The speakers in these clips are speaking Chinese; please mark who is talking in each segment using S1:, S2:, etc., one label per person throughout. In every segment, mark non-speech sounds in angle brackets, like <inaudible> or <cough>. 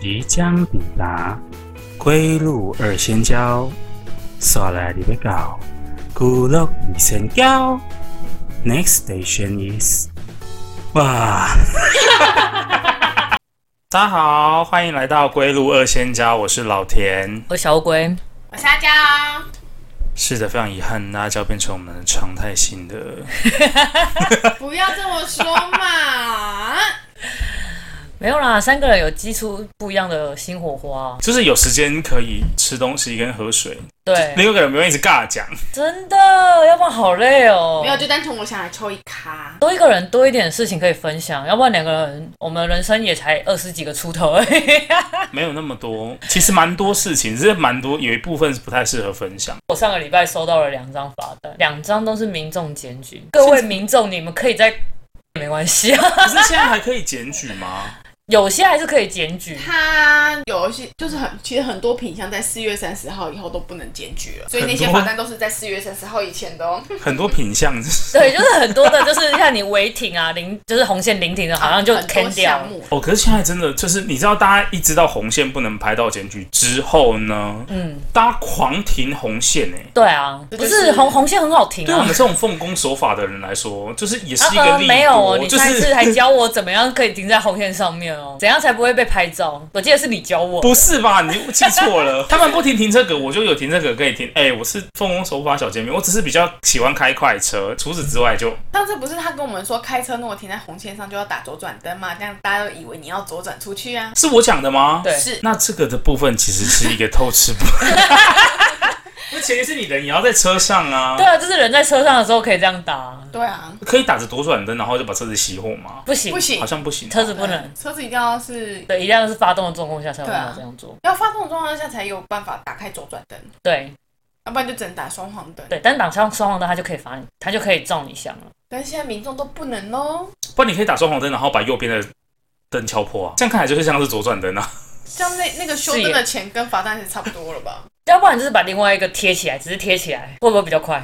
S1: 即将抵达归路二仙交，刷来你要到古乐二仙交。Next station is，哇！ <laughs> 大家好，欢迎来到归路二仙交，我是老田。
S2: 我小乌龟，
S3: 我是阿娇，
S1: 是的，非常遗憾，辣椒变成我们常态性的。
S3: 不要这么说
S2: <laughs>
S3: 嘛！
S2: 没有啦，三个人有激出不一样的新火花。啊
S1: 就是有时间可以吃东西跟喝水，
S2: 对，
S1: 另外一个人不用一直尬讲，
S2: 真的，要不然好累哦。
S3: 没有，就单纯我想来抽一卡。
S2: 多一个人多一点事情可以分享，要不然两个人，我们人生也才二十几个出头而已。 <laughs>
S1: 没有那么多。其实蛮多事情，只是蛮多有一部分是不太适合分享。
S2: 我上个礼拜收到了两张罚单，两张都是民众检举。各位民众，你们可以在没关系啊，
S1: 可是现在还可以检举吗？
S2: 有些还是可以检举。
S3: 他有一些就是很，其实很多品相在四月三十号以后都不能检举了，所以那些
S1: 很多
S3: 罚单都是在四月三十号以前的哦。
S1: 很多品相
S2: 对，就是很多的，就是像你违停啊，零就是红线临停的，好像就
S3: 很多
S2: can 掉
S3: 项。目，
S1: 哦，可是现在真的就是，你知道，大家一知道红线不能拍到检举之后呢，
S2: 嗯，
S1: 大家狂停红线哎、
S2: 对啊，
S3: 这
S2: 不
S3: 就是
S2: 是红红线很好停
S1: 对我
S2: 啊
S1: 们。这种奉公守法的人来说，就是也是一
S2: 啊
S1: 个
S2: 呃
S1: 利
S2: 没有
S1: 多，
S2: 哦，你
S1: 就
S2: 上一次
S1: 是
S2: 还教我怎么样可以停在红线上面哦，怎样才不会被拍照？我记得是你教
S1: <laughs>
S2: 我。
S1: 不啊是吧？你记错了， <laughs> 他们不停停这个，我就有停这个可以停。哎、我是奉公守法小姐妹，我只是比较喜欢开快车，除此之外就
S3: 上次不是他跟我们说，开车如果停在红线上就要打左转灯嘛，这样大家都以为你要左转出去啊。
S1: 是我讲的吗？
S2: 对
S3: 是，
S1: 那这个的部分其实是一个偷吃不。
S2: <laughs>
S1: 那前提是你人也要在车上啊
S2: 对，啊，就是人在车上的时候可以这样打，
S3: 对啊，
S1: 可以打着左转灯，然后就把车子熄火吗？
S2: 不行，
S3: 不，行
S1: 好，像不行。啊
S2: 车子不能。
S3: 车子一定要是
S2: 对，一定要是发动的状况下才有
S3: 对啊
S2: 办法这样做。
S3: 要发动的状况下才有办法打开左转灯，
S2: 对啊
S3: 要不然就只能打双黄灯。
S2: 对，但打上双黄灯，他就可以罚你，他就可以照你想了。
S3: 但是现在民众都不能喽，
S1: 不然你可以打双黄灯，然后把右边的灯敲破啊。这样看起来就是像是左转灯啊。
S3: 像那那个修
S2: 是
S3: 灯
S2: 耶
S3: 的钱跟罚单是差不多了吧？
S2: 要不然就是把另外一个贴起来，只是贴起来，会不会比较快？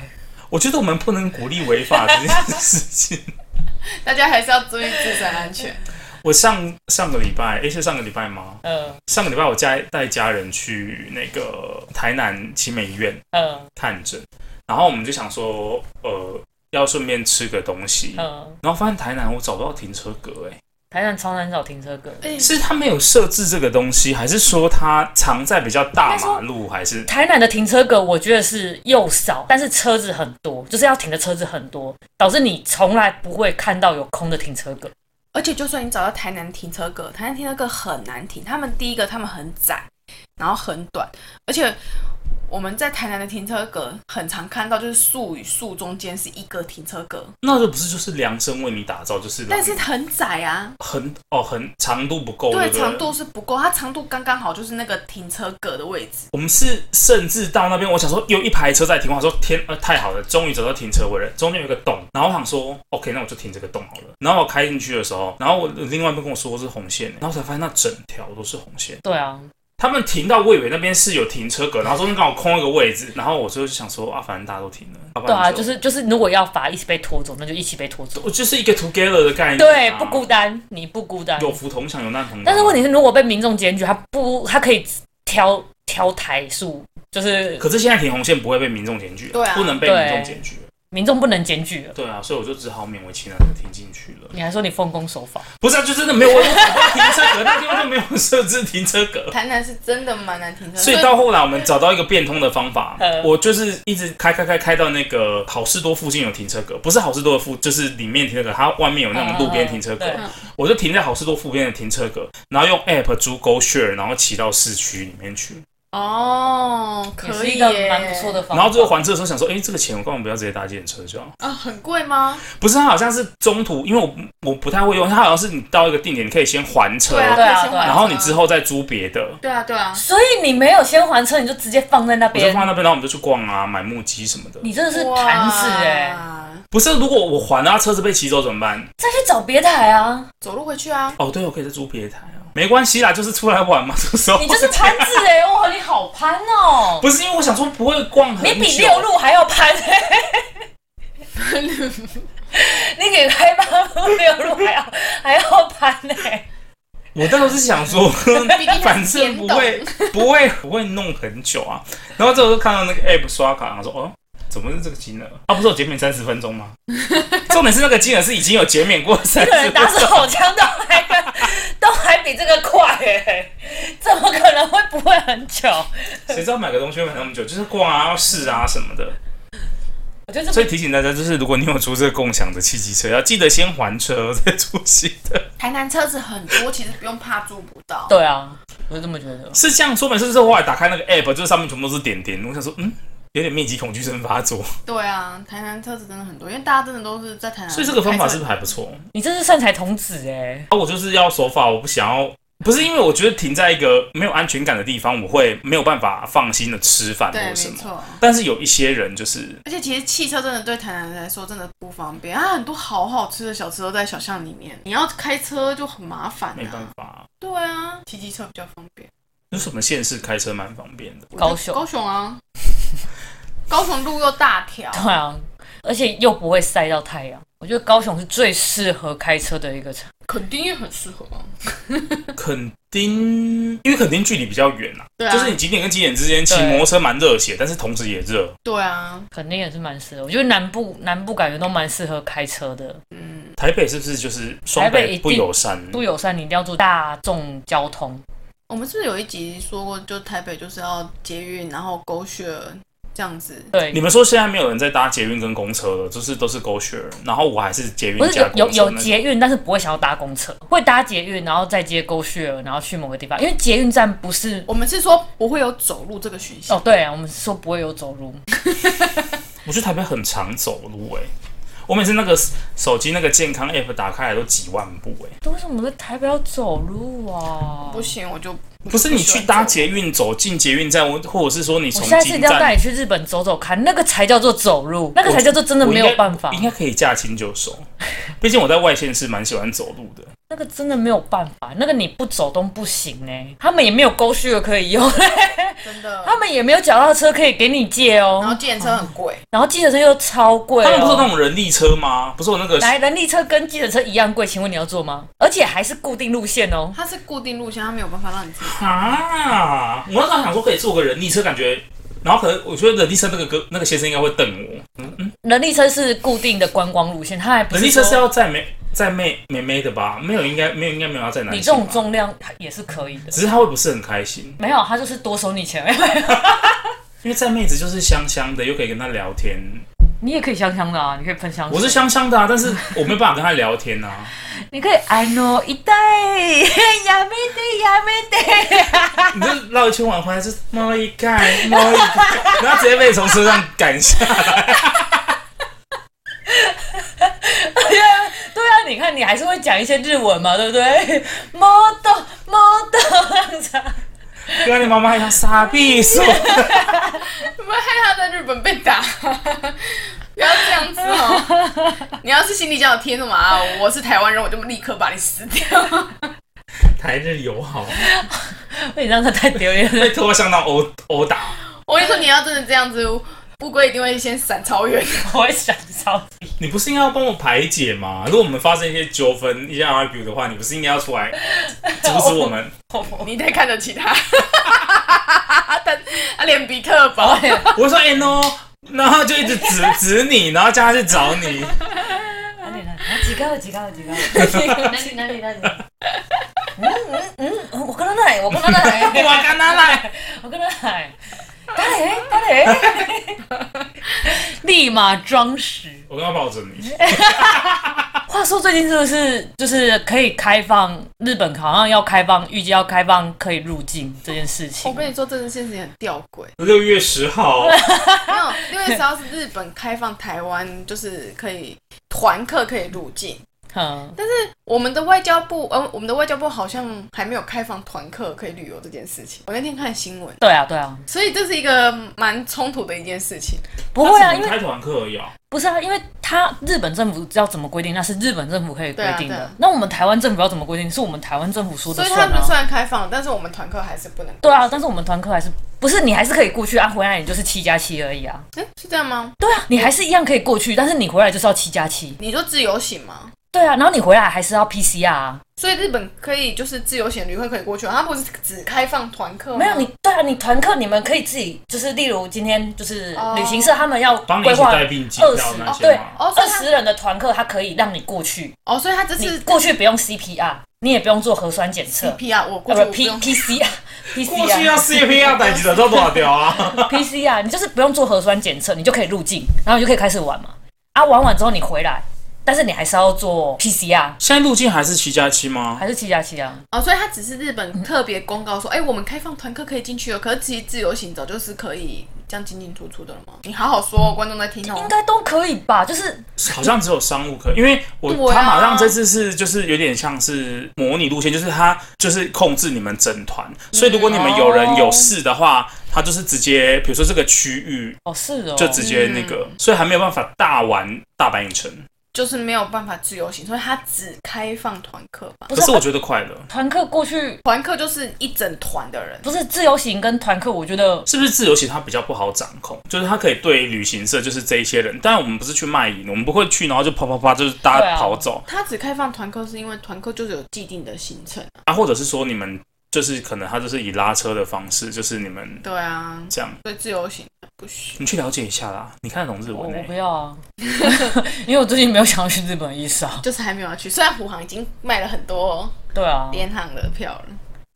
S1: 我觉得我们不能鼓励违法这件事情。 <laughs>
S3: 大家还是要注意自身安全。
S1: 我上上个礼拜，诶，是上个礼拜吗？
S2: 嗯
S1: 上个礼拜我家带家人去那个台南奇美医院
S2: 嗯
S1: 探诊，然后我们就想说，呃，要顺便吃个东西，
S2: 嗯，
S1: 然后发现台南我找不到停车格、诶，
S2: 台南超难找停车格。
S3: <laughs> 哎、
S1: 是他没有设置这个东西，还是说他藏在比较大
S2: 应该说
S1: 马路，还是
S2: 台南的停车格我觉得是又少，但是车子很多，就是要停的车子很多，导致你从来不会看到有空的停车格。
S3: 而且就算你找到台南停车格，台南停车格很难停。他们第一个他们很窄，然后很短，而且我们在台南的停车格很常看到，就是树与树中间是一个停车格，
S1: 那这不是就是量身为你打造，就是让
S3: 但是很窄啊。
S1: 很哦很长度不够，
S3: 对，
S1: 不
S3: 长度是不够，它长度刚刚好，就是那个停车格的位置。
S1: 我们是甚至到那边，我想说有一排车在停，我想说天呃太好了，终于找到停车位了，中间有一个洞，然后我想说 OK，那我就停这个洞好了。然后我开进去的时候，然后我另外一边跟我说是红线，然后才发现那整条都是红线。
S2: 对啊，
S1: 他们停到我以为那边是有停车格，然后中间刚好空了个位置，然后我就想说啊，反正大家都停了，要不
S2: 对
S1: 然
S2: 啊，就是就是，如果要罚一起被拖走，那就一起被拖走。
S1: 我就是一个 together 的概念、啊
S2: 对，啊不孤，单，你不孤单。
S1: 有福同享，有难同当。
S2: 但是问题是，如果被民众检举，他不，他可以挑挑台数，就是
S1: 可是现在停红线不会被民众检举了，
S3: 对啊
S1: 不能被民众检举了，
S2: 民众不能检举了。
S1: 对啊，所以我就只好勉为其难的停进去了。
S2: 你还说你奉公守法，
S1: 不是啊，就真的没有，我有 <laughs> 找到停车格，那地方就没有设置停车
S3: <laughs>
S1: 格。
S3: 台南是真的蛮难停车，
S1: 所以到后来，我们找到一个变通的方法
S2: 嗯，
S1: 我就是一直开开开开到那个好事多附近有停车格，不是好事多的附，就是里面停车格，它外面有那种路边停车格
S2: 嗯嗯
S3: 嗯对，
S1: 我就停在好事多附近的停车格，然后用 app 租 Go Share，然后骑到市区里面去，
S3: 哦，
S2: 也
S3: 可
S2: 是
S3: 以
S2: 一个
S3: 耶
S2: 蛮不错的方法。
S3: 哦
S1: 然后最后还车的时候想说，哎、这个钱我干嘛不要直接搭计程车就好？
S3: 啊，很贵吗？
S1: 不是，它好像是中途，因为我我不太会用，它好像是你到一个定点，你可以先还车，
S3: 对啊，
S2: 对啊
S3: 可以先
S2: 对啊
S3: 还
S1: 然后你
S3: 车
S1: 之后再租别的。
S3: 对啊对啊，
S2: 所以你没有先还车，你就直接放在那
S1: 我就
S2: 边
S1: 放，在那边，然后我们就去逛啊，买木屐什么的。
S2: 你真的是弹子
S1: 欸
S2: 哎、
S3: 哇
S1: 不是，如果我还了，车子被骑走怎么办？
S2: 再去找别台啊。
S3: 走路回去
S1: <laughs>
S3: 啊。
S1: 哦，对，我可以再租别台啊，没关系啦，就是出来玩嘛，这时候
S2: <laughs> 你就是攀子哎、 <laughs> 哇，你好攀哦、
S1: 不是因为我想说不会逛很久，
S2: 你
S1: 啊
S2: 比六路还要攀、欸， <laughs> 你给开八路六路还要还要攀哎、
S1: 我当时是想说，
S3: <laughs> 毕竟它
S1: <laughs> 反
S3: 是
S1: 正
S3: 电
S1: 不
S3: 动
S1: 会 <laughs>
S3: <laughs>
S1: 不会不会弄很久啊。然后这时候看到那个 app 刷卡，我说哦，怎么是这个金额？啊，不是有减免三十分钟吗？ <laughs> 重点是那个金额是已经有减免过三十
S2: 这个人
S1: 分
S2: 打
S1: 钟。
S2: 手枪都还 <laughs> 都还比这个快哎、怎么可能会不会很久？
S1: 谁知道买个东西会买那么久？就是逛啊、试啊什么的。
S2: 我觉得
S1: 所
S2: 这
S1: 以提醒大家，就是如果你有租这个共享的汽机车，要记得先还车哦再出新的。
S3: 台南车子很多，其实不用怕租不到。
S2: 对啊，我就这么觉得。
S1: 是这样说没事，是后来打开那个 app，就是上面全部都是点点。我想说，嗯，有点密集恐惧症发作。
S3: 对啊，台南车子真的很多，因为大家真的都是在台南。
S1: 所以这个方法是不是
S3: 开车
S1: 还不错？
S2: 你这是善财童子哎、
S1: 啊，我就是要守法，我不想要，不是因为我觉得停在一个没有安全感的地方，我会没有办法放心的吃饭
S3: 对，
S1: 或什
S3: 没
S1: 么。
S3: 错。
S1: 但是有一些人就是，
S3: 而且其实汽车真的对台南人来说真的不方便，它很多好好吃的小吃都在小巷里面，你要开车就很麻烦、啊。
S1: 没办。法，
S3: 对啊，骑机车比较方便。
S1: 有什么县市开车蛮方便的。
S2: 高雄
S3: 高雄啊， <laughs> 高雄路又大条，
S2: 对啊，而且又不会晒到太阳。我觉得高雄是最适合开车的一个城。
S3: 肯定也很适合啊。
S1: 垦丁，因为垦丁距离比较远啊，
S3: 对啊，
S1: 就是你几点跟几点之间骑
S2: 对
S1: 摩托车蛮热血，但是同时也热。
S3: 对啊，
S2: 肯定也是蛮适合，我觉得南部南部感觉都蛮适合开车的。
S3: 嗯，
S1: 台北是不是就是双
S2: 台北一定
S1: 不友善？
S2: 不友善，你一定要坐大众交通。
S3: 我们是不是有一集说过，就台北就是要捷运，然后狗血这样子？
S2: 对，
S1: 你们说现在没有人在搭捷运跟公车了，就是都是 GoShare，然后我还是捷
S2: 不
S1: 运
S2: 是
S1: 加
S2: 有有
S1: 公车
S2: 有
S1: 那种。
S2: 捷运，但是不会想要搭公车，会搭捷运，然后再接勾血，然后去某个地方，因为捷运站不是。
S3: 我们是说不会有走路这个选项。
S2: 哦，对啊，我们是说不会有走路，
S1: 我觉得台北很常走路哎、我每次那个手机那个健康 app 打开来都几万步哎、
S2: 为什么在台北要走路啊？
S3: 不行，我就
S1: 不是你去搭捷
S3: 运，
S1: 运走进捷运站，我或者是说你
S2: 我
S1: 从
S2: 下次一
S1: 进
S2: 定要带
S1: 站，
S2: 你去日本走走看，那个才叫做走路，那个才叫做真的
S1: 我
S2: 没
S1: 应
S2: 有
S1: 该
S2: 办法，
S1: 应该可以驾轻就熟。
S2: <laughs>
S1: 毕竟我在外县是蛮喜欢走路的，
S2: 那个真的没有办法，那个你不走都不行呢、他们也没有勾血可以用， <laughs>
S3: 真的。
S2: 他们也没有脚踏车可以给你借
S3: 然后
S2: 哦，
S3: 电车很贵，
S2: 然后计程车又超贵、哦，
S1: 他们不是有那种人力车吗？不是有那个
S2: <laughs> 来，人力车跟计程车一样贵，请问你要坐吗？而且还是固定路线哦。
S3: 它是固定路线，它没有办法让你自己。
S1: 啊，我那时候想说可以坐个人力车，感觉，然后可能我觉得人力车那个哥那个先生应该会瞪我。
S2: 人力车是固定的观光路线，它还不
S1: 人
S2: 是
S1: 力车是
S2: 说
S1: 要载妹载妹妹妹的吧？没有，应该没有，应该没有要载男
S2: 你
S1: 性
S2: 这种
S1: 吧
S2: 重量也是可以的。
S1: 只是他会不是很开心，
S2: 没有，它就是多收你钱。 <laughs>
S1: 因为载妹子就是香香的，又可以跟她聊天。
S2: 你也可以香香的啊，你可以喷香水。
S1: 我是，香香的啊，但是我没有办法跟她聊天啊。
S2: 你可以 I know 一代呀没得呀
S1: 你
S2: 没得。 <laughs>
S1: 就绕一圈玩回来，就是摸一盖摸一盖，然后直接被从车上赶下。
S2: 对啊，你看你还是会讲一些日文嘛，对不对？model model 这样子啊。 <laughs>
S1: 跟你妈妈一样傻逼说，
S3: 不会害他在日本被打， <laughs> 不要这样子哦。你要是心里这样贴什么啊，我是台湾人，我就立刻把你撕掉。
S1: 台日友好，
S2: 你让他太丢脸了。
S1: 被拖向到殴殴打。
S3: 我跟你说，你要真的这样子，乌龟一定会先闪超远。
S2: 我会想烧。
S1: 你不是应该要帮我排解吗？如果我们发生一些纠纷、一些 argue 的话，你不是应该要出来阻止我 <laughs> 们？
S3: 你太看得起他， <laughs> 他 <laughs> 他连比特堡，
S1: 我说哎 no，然后就一直指指你，然后叫他去找 <laughs> 你。
S2: 哪里哪里？几高几高几高？哪里哪里哪里？嗯嗯嗯，我跟他来，我跟他
S1: 我
S2: 来，
S1: 干他来？
S2: 我跟他来，来来来，立马装死。
S1: 我跟他抱着你。
S2: 话说最近是不是就是可以开放日本好像要开放，预计要开放可以入境这件事
S3: 我
S2: 情？
S3: 跟你说，这件事情很吊诡。 <laughs>
S1: 六月十号，
S3: 没有，六月十号是日本开放台湾，就是可以团客可以入境。
S2: 嗯，
S3: 我们的外交部，呃，我们的外交部好像还没有开放团客可以旅游这件事情。我那天看新闻，
S2: 对啊对啊，
S3: 所以这是一个蛮冲突的一件事情。
S2: 不会
S1: 他
S2: 啊，
S1: 只
S2: 因
S1: 能开
S2: 为
S1: 团课而已啊。
S2: 不是啊，因为他日本政府要怎么规定，那是日本政府可以规定
S3: 对啊对
S2: 的
S3: 啊。
S2: 那我们台湾政府要怎么规定，是我们台湾政府说的
S3: 所以
S2: 算
S3: 他们
S2: 啊
S3: 虽。然开放，但是我们团客还是不能。
S2: 对啊，但是我们团课还是不是你还是可以过去啊，回来你就是七加七而已啊。
S3: 诶是这样吗？
S2: 对啊，你还是一样可以过去，但是你回来就是要七加七。
S3: 你说自由行吗？
S2: 对啊，然后你回来还是要 PCR 啊？
S3: 所以日本可以就是自由行旅客可以过去吗，他不是只开放团客吗？
S2: 没有你，对啊，你团客你们可以自己，就是例如今天就是
S3: 哦
S2: 旅行社他们要
S1: 帮你
S2: 规
S1: 一起
S2: 划
S1: 带病机票
S2: 20
S1: 那
S2: 对
S1: 些嘛。
S3: 哦，所
S2: 二
S3: 以他
S2: 十人的团客，他可以让你过去，
S3: 哦，所以他这
S2: 你
S3: 次
S2: 过去不用 CPR，你也不用做核酸检测，
S3: PR 我过
S2: 呃不
S3: 去我不
S2: P
S3: 用
S2: P C R
S1: <laughs>
S2: P
S1: 过
S2: C
S1: 去
S2: R
S1: 要 CPR 代志的都多掉啊！
S2: P C R，你就是不用做核酸检测，你就可以入境，然后你就可以开始玩嘛。啊，玩完之后你回来，但是你还是要做 P C R，
S1: <laughs> 现在入境还是七加七吗？
S2: 还是七加七啊？
S3: 哦，所以他只是日
S2: 嗯
S3: 本特别公告说，哎、我们开放团客可以进去了，哦可是其实自由行早就是可以这样进进出出的了吗？你好好说、哦，观众在听哦
S2: 应。该都可以吧？就是
S1: 好像只有商务客，因为我、
S3: 对
S1: 他
S3: 啊
S1: 马上这次是就是有点像是模拟路线，就是他就是控制你们整团，所以如果你们有人有事的话，他就是直接比如说这个区域
S2: 哦是哦，
S1: 就直接那个，所以还没有办法大玩大阪影城。
S3: 就是没有办法自由行，所以他只开放团客吧。
S2: 不
S1: 可
S2: 是啊
S1: 是我觉得快乐，
S2: 团客过去
S3: 团客就是一整团的人，
S2: 不是自由行跟团客，我觉得
S1: 是不是自由行它比较不好掌控？就是它可以对旅行社，就是这一些人，但我们不是去卖淫，我们不会去，然后就啪啪啪，就是大
S2: 对
S1: 家
S2: 啊
S1: 跑走
S3: 他只开放团客是因为团客就是有既定的行程啊。
S1: 啊或者是说你们就是可能他就是以拉车的方式，就是你们
S3: 对啊，
S1: 这样，
S3: 所以自由行不行。
S1: 你去了解一下啦，你看得懂日
S2: 我
S1: 文
S2: 我不
S1: 欸
S2: 要啊， <laughs> 因为我最近没有想要去日本的意思啊。
S3: 就是还没有要去，虽然虎航已经卖了很多
S2: 对啊，
S3: 联航的票了，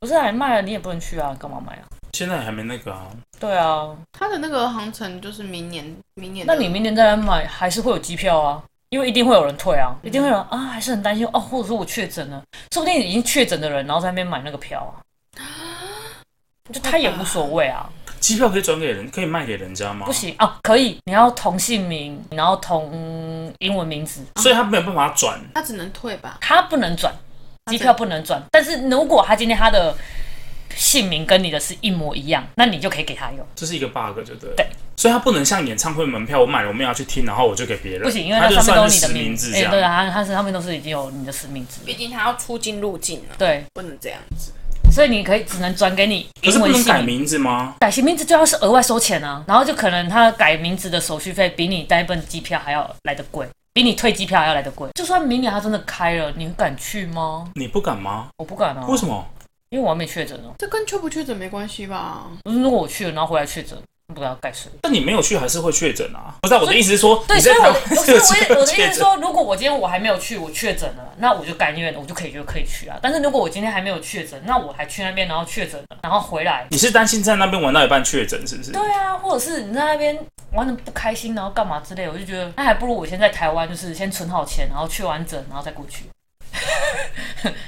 S2: 不是还卖了你也不能去啊，干嘛买啊？
S1: 现在还没那个啊，
S2: 对啊，
S3: 他的那个航程就是明年，明年的
S2: 那你明年再来买，还是会有机票啊，因为一定会有人退啊，一定会有人啊，还是很担心哦，或者说我确诊了，说不定已经确诊的人，然后在那边买那个票啊，就他也无所谓啊，
S1: 机票可以转给人，可以卖给人家吗
S2: 不？行啊，可以，你要同姓名，然后同英文名字，
S1: 所以他没有办法转，
S3: 他只能退吧？
S2: 他不能转，机票不能转，但是如果他今天他的姓名跟你的是一模一样，那你就可以给他用，
S1: 这是一个 bug，对不对？
S2: 对。
S1: 所以他不能像演唱会门票，我买了我们要去听，然后我就给别人，
S2: 不行，因为
S1: 他就
S2: 那上面
S1: 算
S2: 都
S1: 是
S2: 是
S1: 实
S2: 你的名
S1: 字
S2: 字，
S1: 这
S2: 哎、
S1: 样。
S2: 对啊，他他是上面都是已经有你的实名制，
S3: 毕竟他要出境入境啊了，
S2: 对，
S3: 不能这样子。
S2: 所以你可以只能转给你
S1: 可是
S2: 英
S1: 不
S2: 文
S1: 能
S2: 姓
S1: 改
S2: 名。
S1: 名字吗？
S2: 改新名字就要是额外收钱啊，然后就可能他改名字的手续费比你单份机票还要来得贵，比你退机票还要来得贵。就算明年他真的开了，你敢去吗？
S1: 你不敢吗？
S2: 我不敢啊，
S1: 为什么？
S2: 因为我还没确诊哦。
S3: 这跟确不确诊没关系吧？
S2: 如果我去了，然后回来确诊，不知道该谁。
S1: 但你没有去还是会确诊啊？不是啊、我的意思是说，
S2: 对，
S1: 你
S2: 所
S1: 在
S2: 以
S1: 台
S2: 我
S1: 湾
S2: 的，所
S1: 是 <laughs>
S2: 以
S1: 有机会
S2: 我的我的意
S1: 确
S2: 思是
S1: 诊。
S2: 说，如果我今天我还没有去，我确诊了，那我就甘愿，我就可以就可以去啊。但是如果我今天还没有确诊，那我还去那边，然后确诊了，然后回来，
S1: 你是担心在那边玩到一半确诊是不是？
S2: 对啊，或者是你在那边玩的不开心，然后干嘛之类，我就觉得那还不如我先在台湾，就是先存好钱，然后去完整，然后再过去。
S3: <laughs>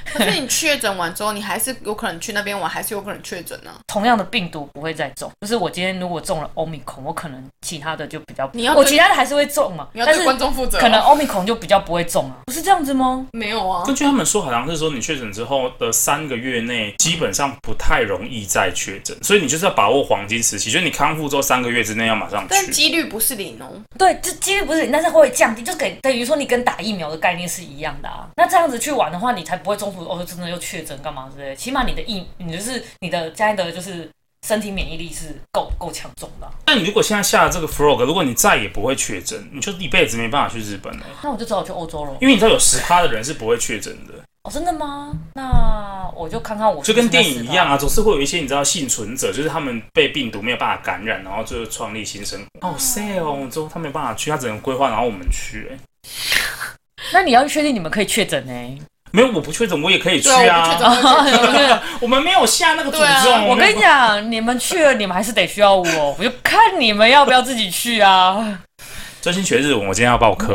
S3: 可是你确诊完之后，你还是有可能去那边玩，还是有可能确诊啊呢、
S2: 同样的病毒不会再中，就是我今天如果中了欧米孔，我可能其他的就比较，
S3: 你要对
S2: 啊我其他的还是会中嘛，
S3: 你要
S2: 但
S3: 对
S2: 是
S3: 观众负责哦、
S2: 可能欧米孔就比较不会中啊，不是这样子吗？
S3: 没有啊，
S1: 根据他们说，好像是说你确诊之后的三个月内，基本上不太容易再确诊，所以你就是要把握黄金时期，就是你康复之后三个月之内要马上
S3: 但
S1: 去。
S3: 几率不是零哦。
S2: 对，这几率不是，但是会降低，就是给等于说你跟打疫苗的概念是一样的啊。那这样子去玩的话，你才不会中途哦，真的又确诊干嘛之类的。起码你的疫，你就是你的家里的就是身体免疫力是够够强壮的啊、
S1: 但你如果现在下了这个 frog，如果你再也不会确诊，你就一辈子没办法去日本了，
S2: 那我就只好去欧洲了。
S1: 因为你知道有十趴的人是不会确诊的，
S2: 哦，真的吗？那我就看看我
S1: 就是
S2: 不
S1: 跟
S2: 是
S1: 电影一样
S2: 啊。
S1: 啊，总是会有一些你知道幸存者，就是他们被病毒没有办法感染，然后就创立新生活。好 sad 哦，之后他没办法去，他只能规划，然后我们去、欸
S2: 那你要确定你们可以确诊呢、欸
S1: <laughs>
S2: 哦
S1: 没有，我不确诊，我也可以去
S3: 对啊，我不确诊
S1: 啊。
S3: 我也确诊。
S1: 我们没有下那个诅
S3: 对啊
S1: 咒。
S2: <laughs> 我
S1: 没有
S2: 跟你讲，你们去了，你们还是得需要我，我就看你们要不要自己去啊。 <laughs>
S1: 专心学日文，我今天要报课，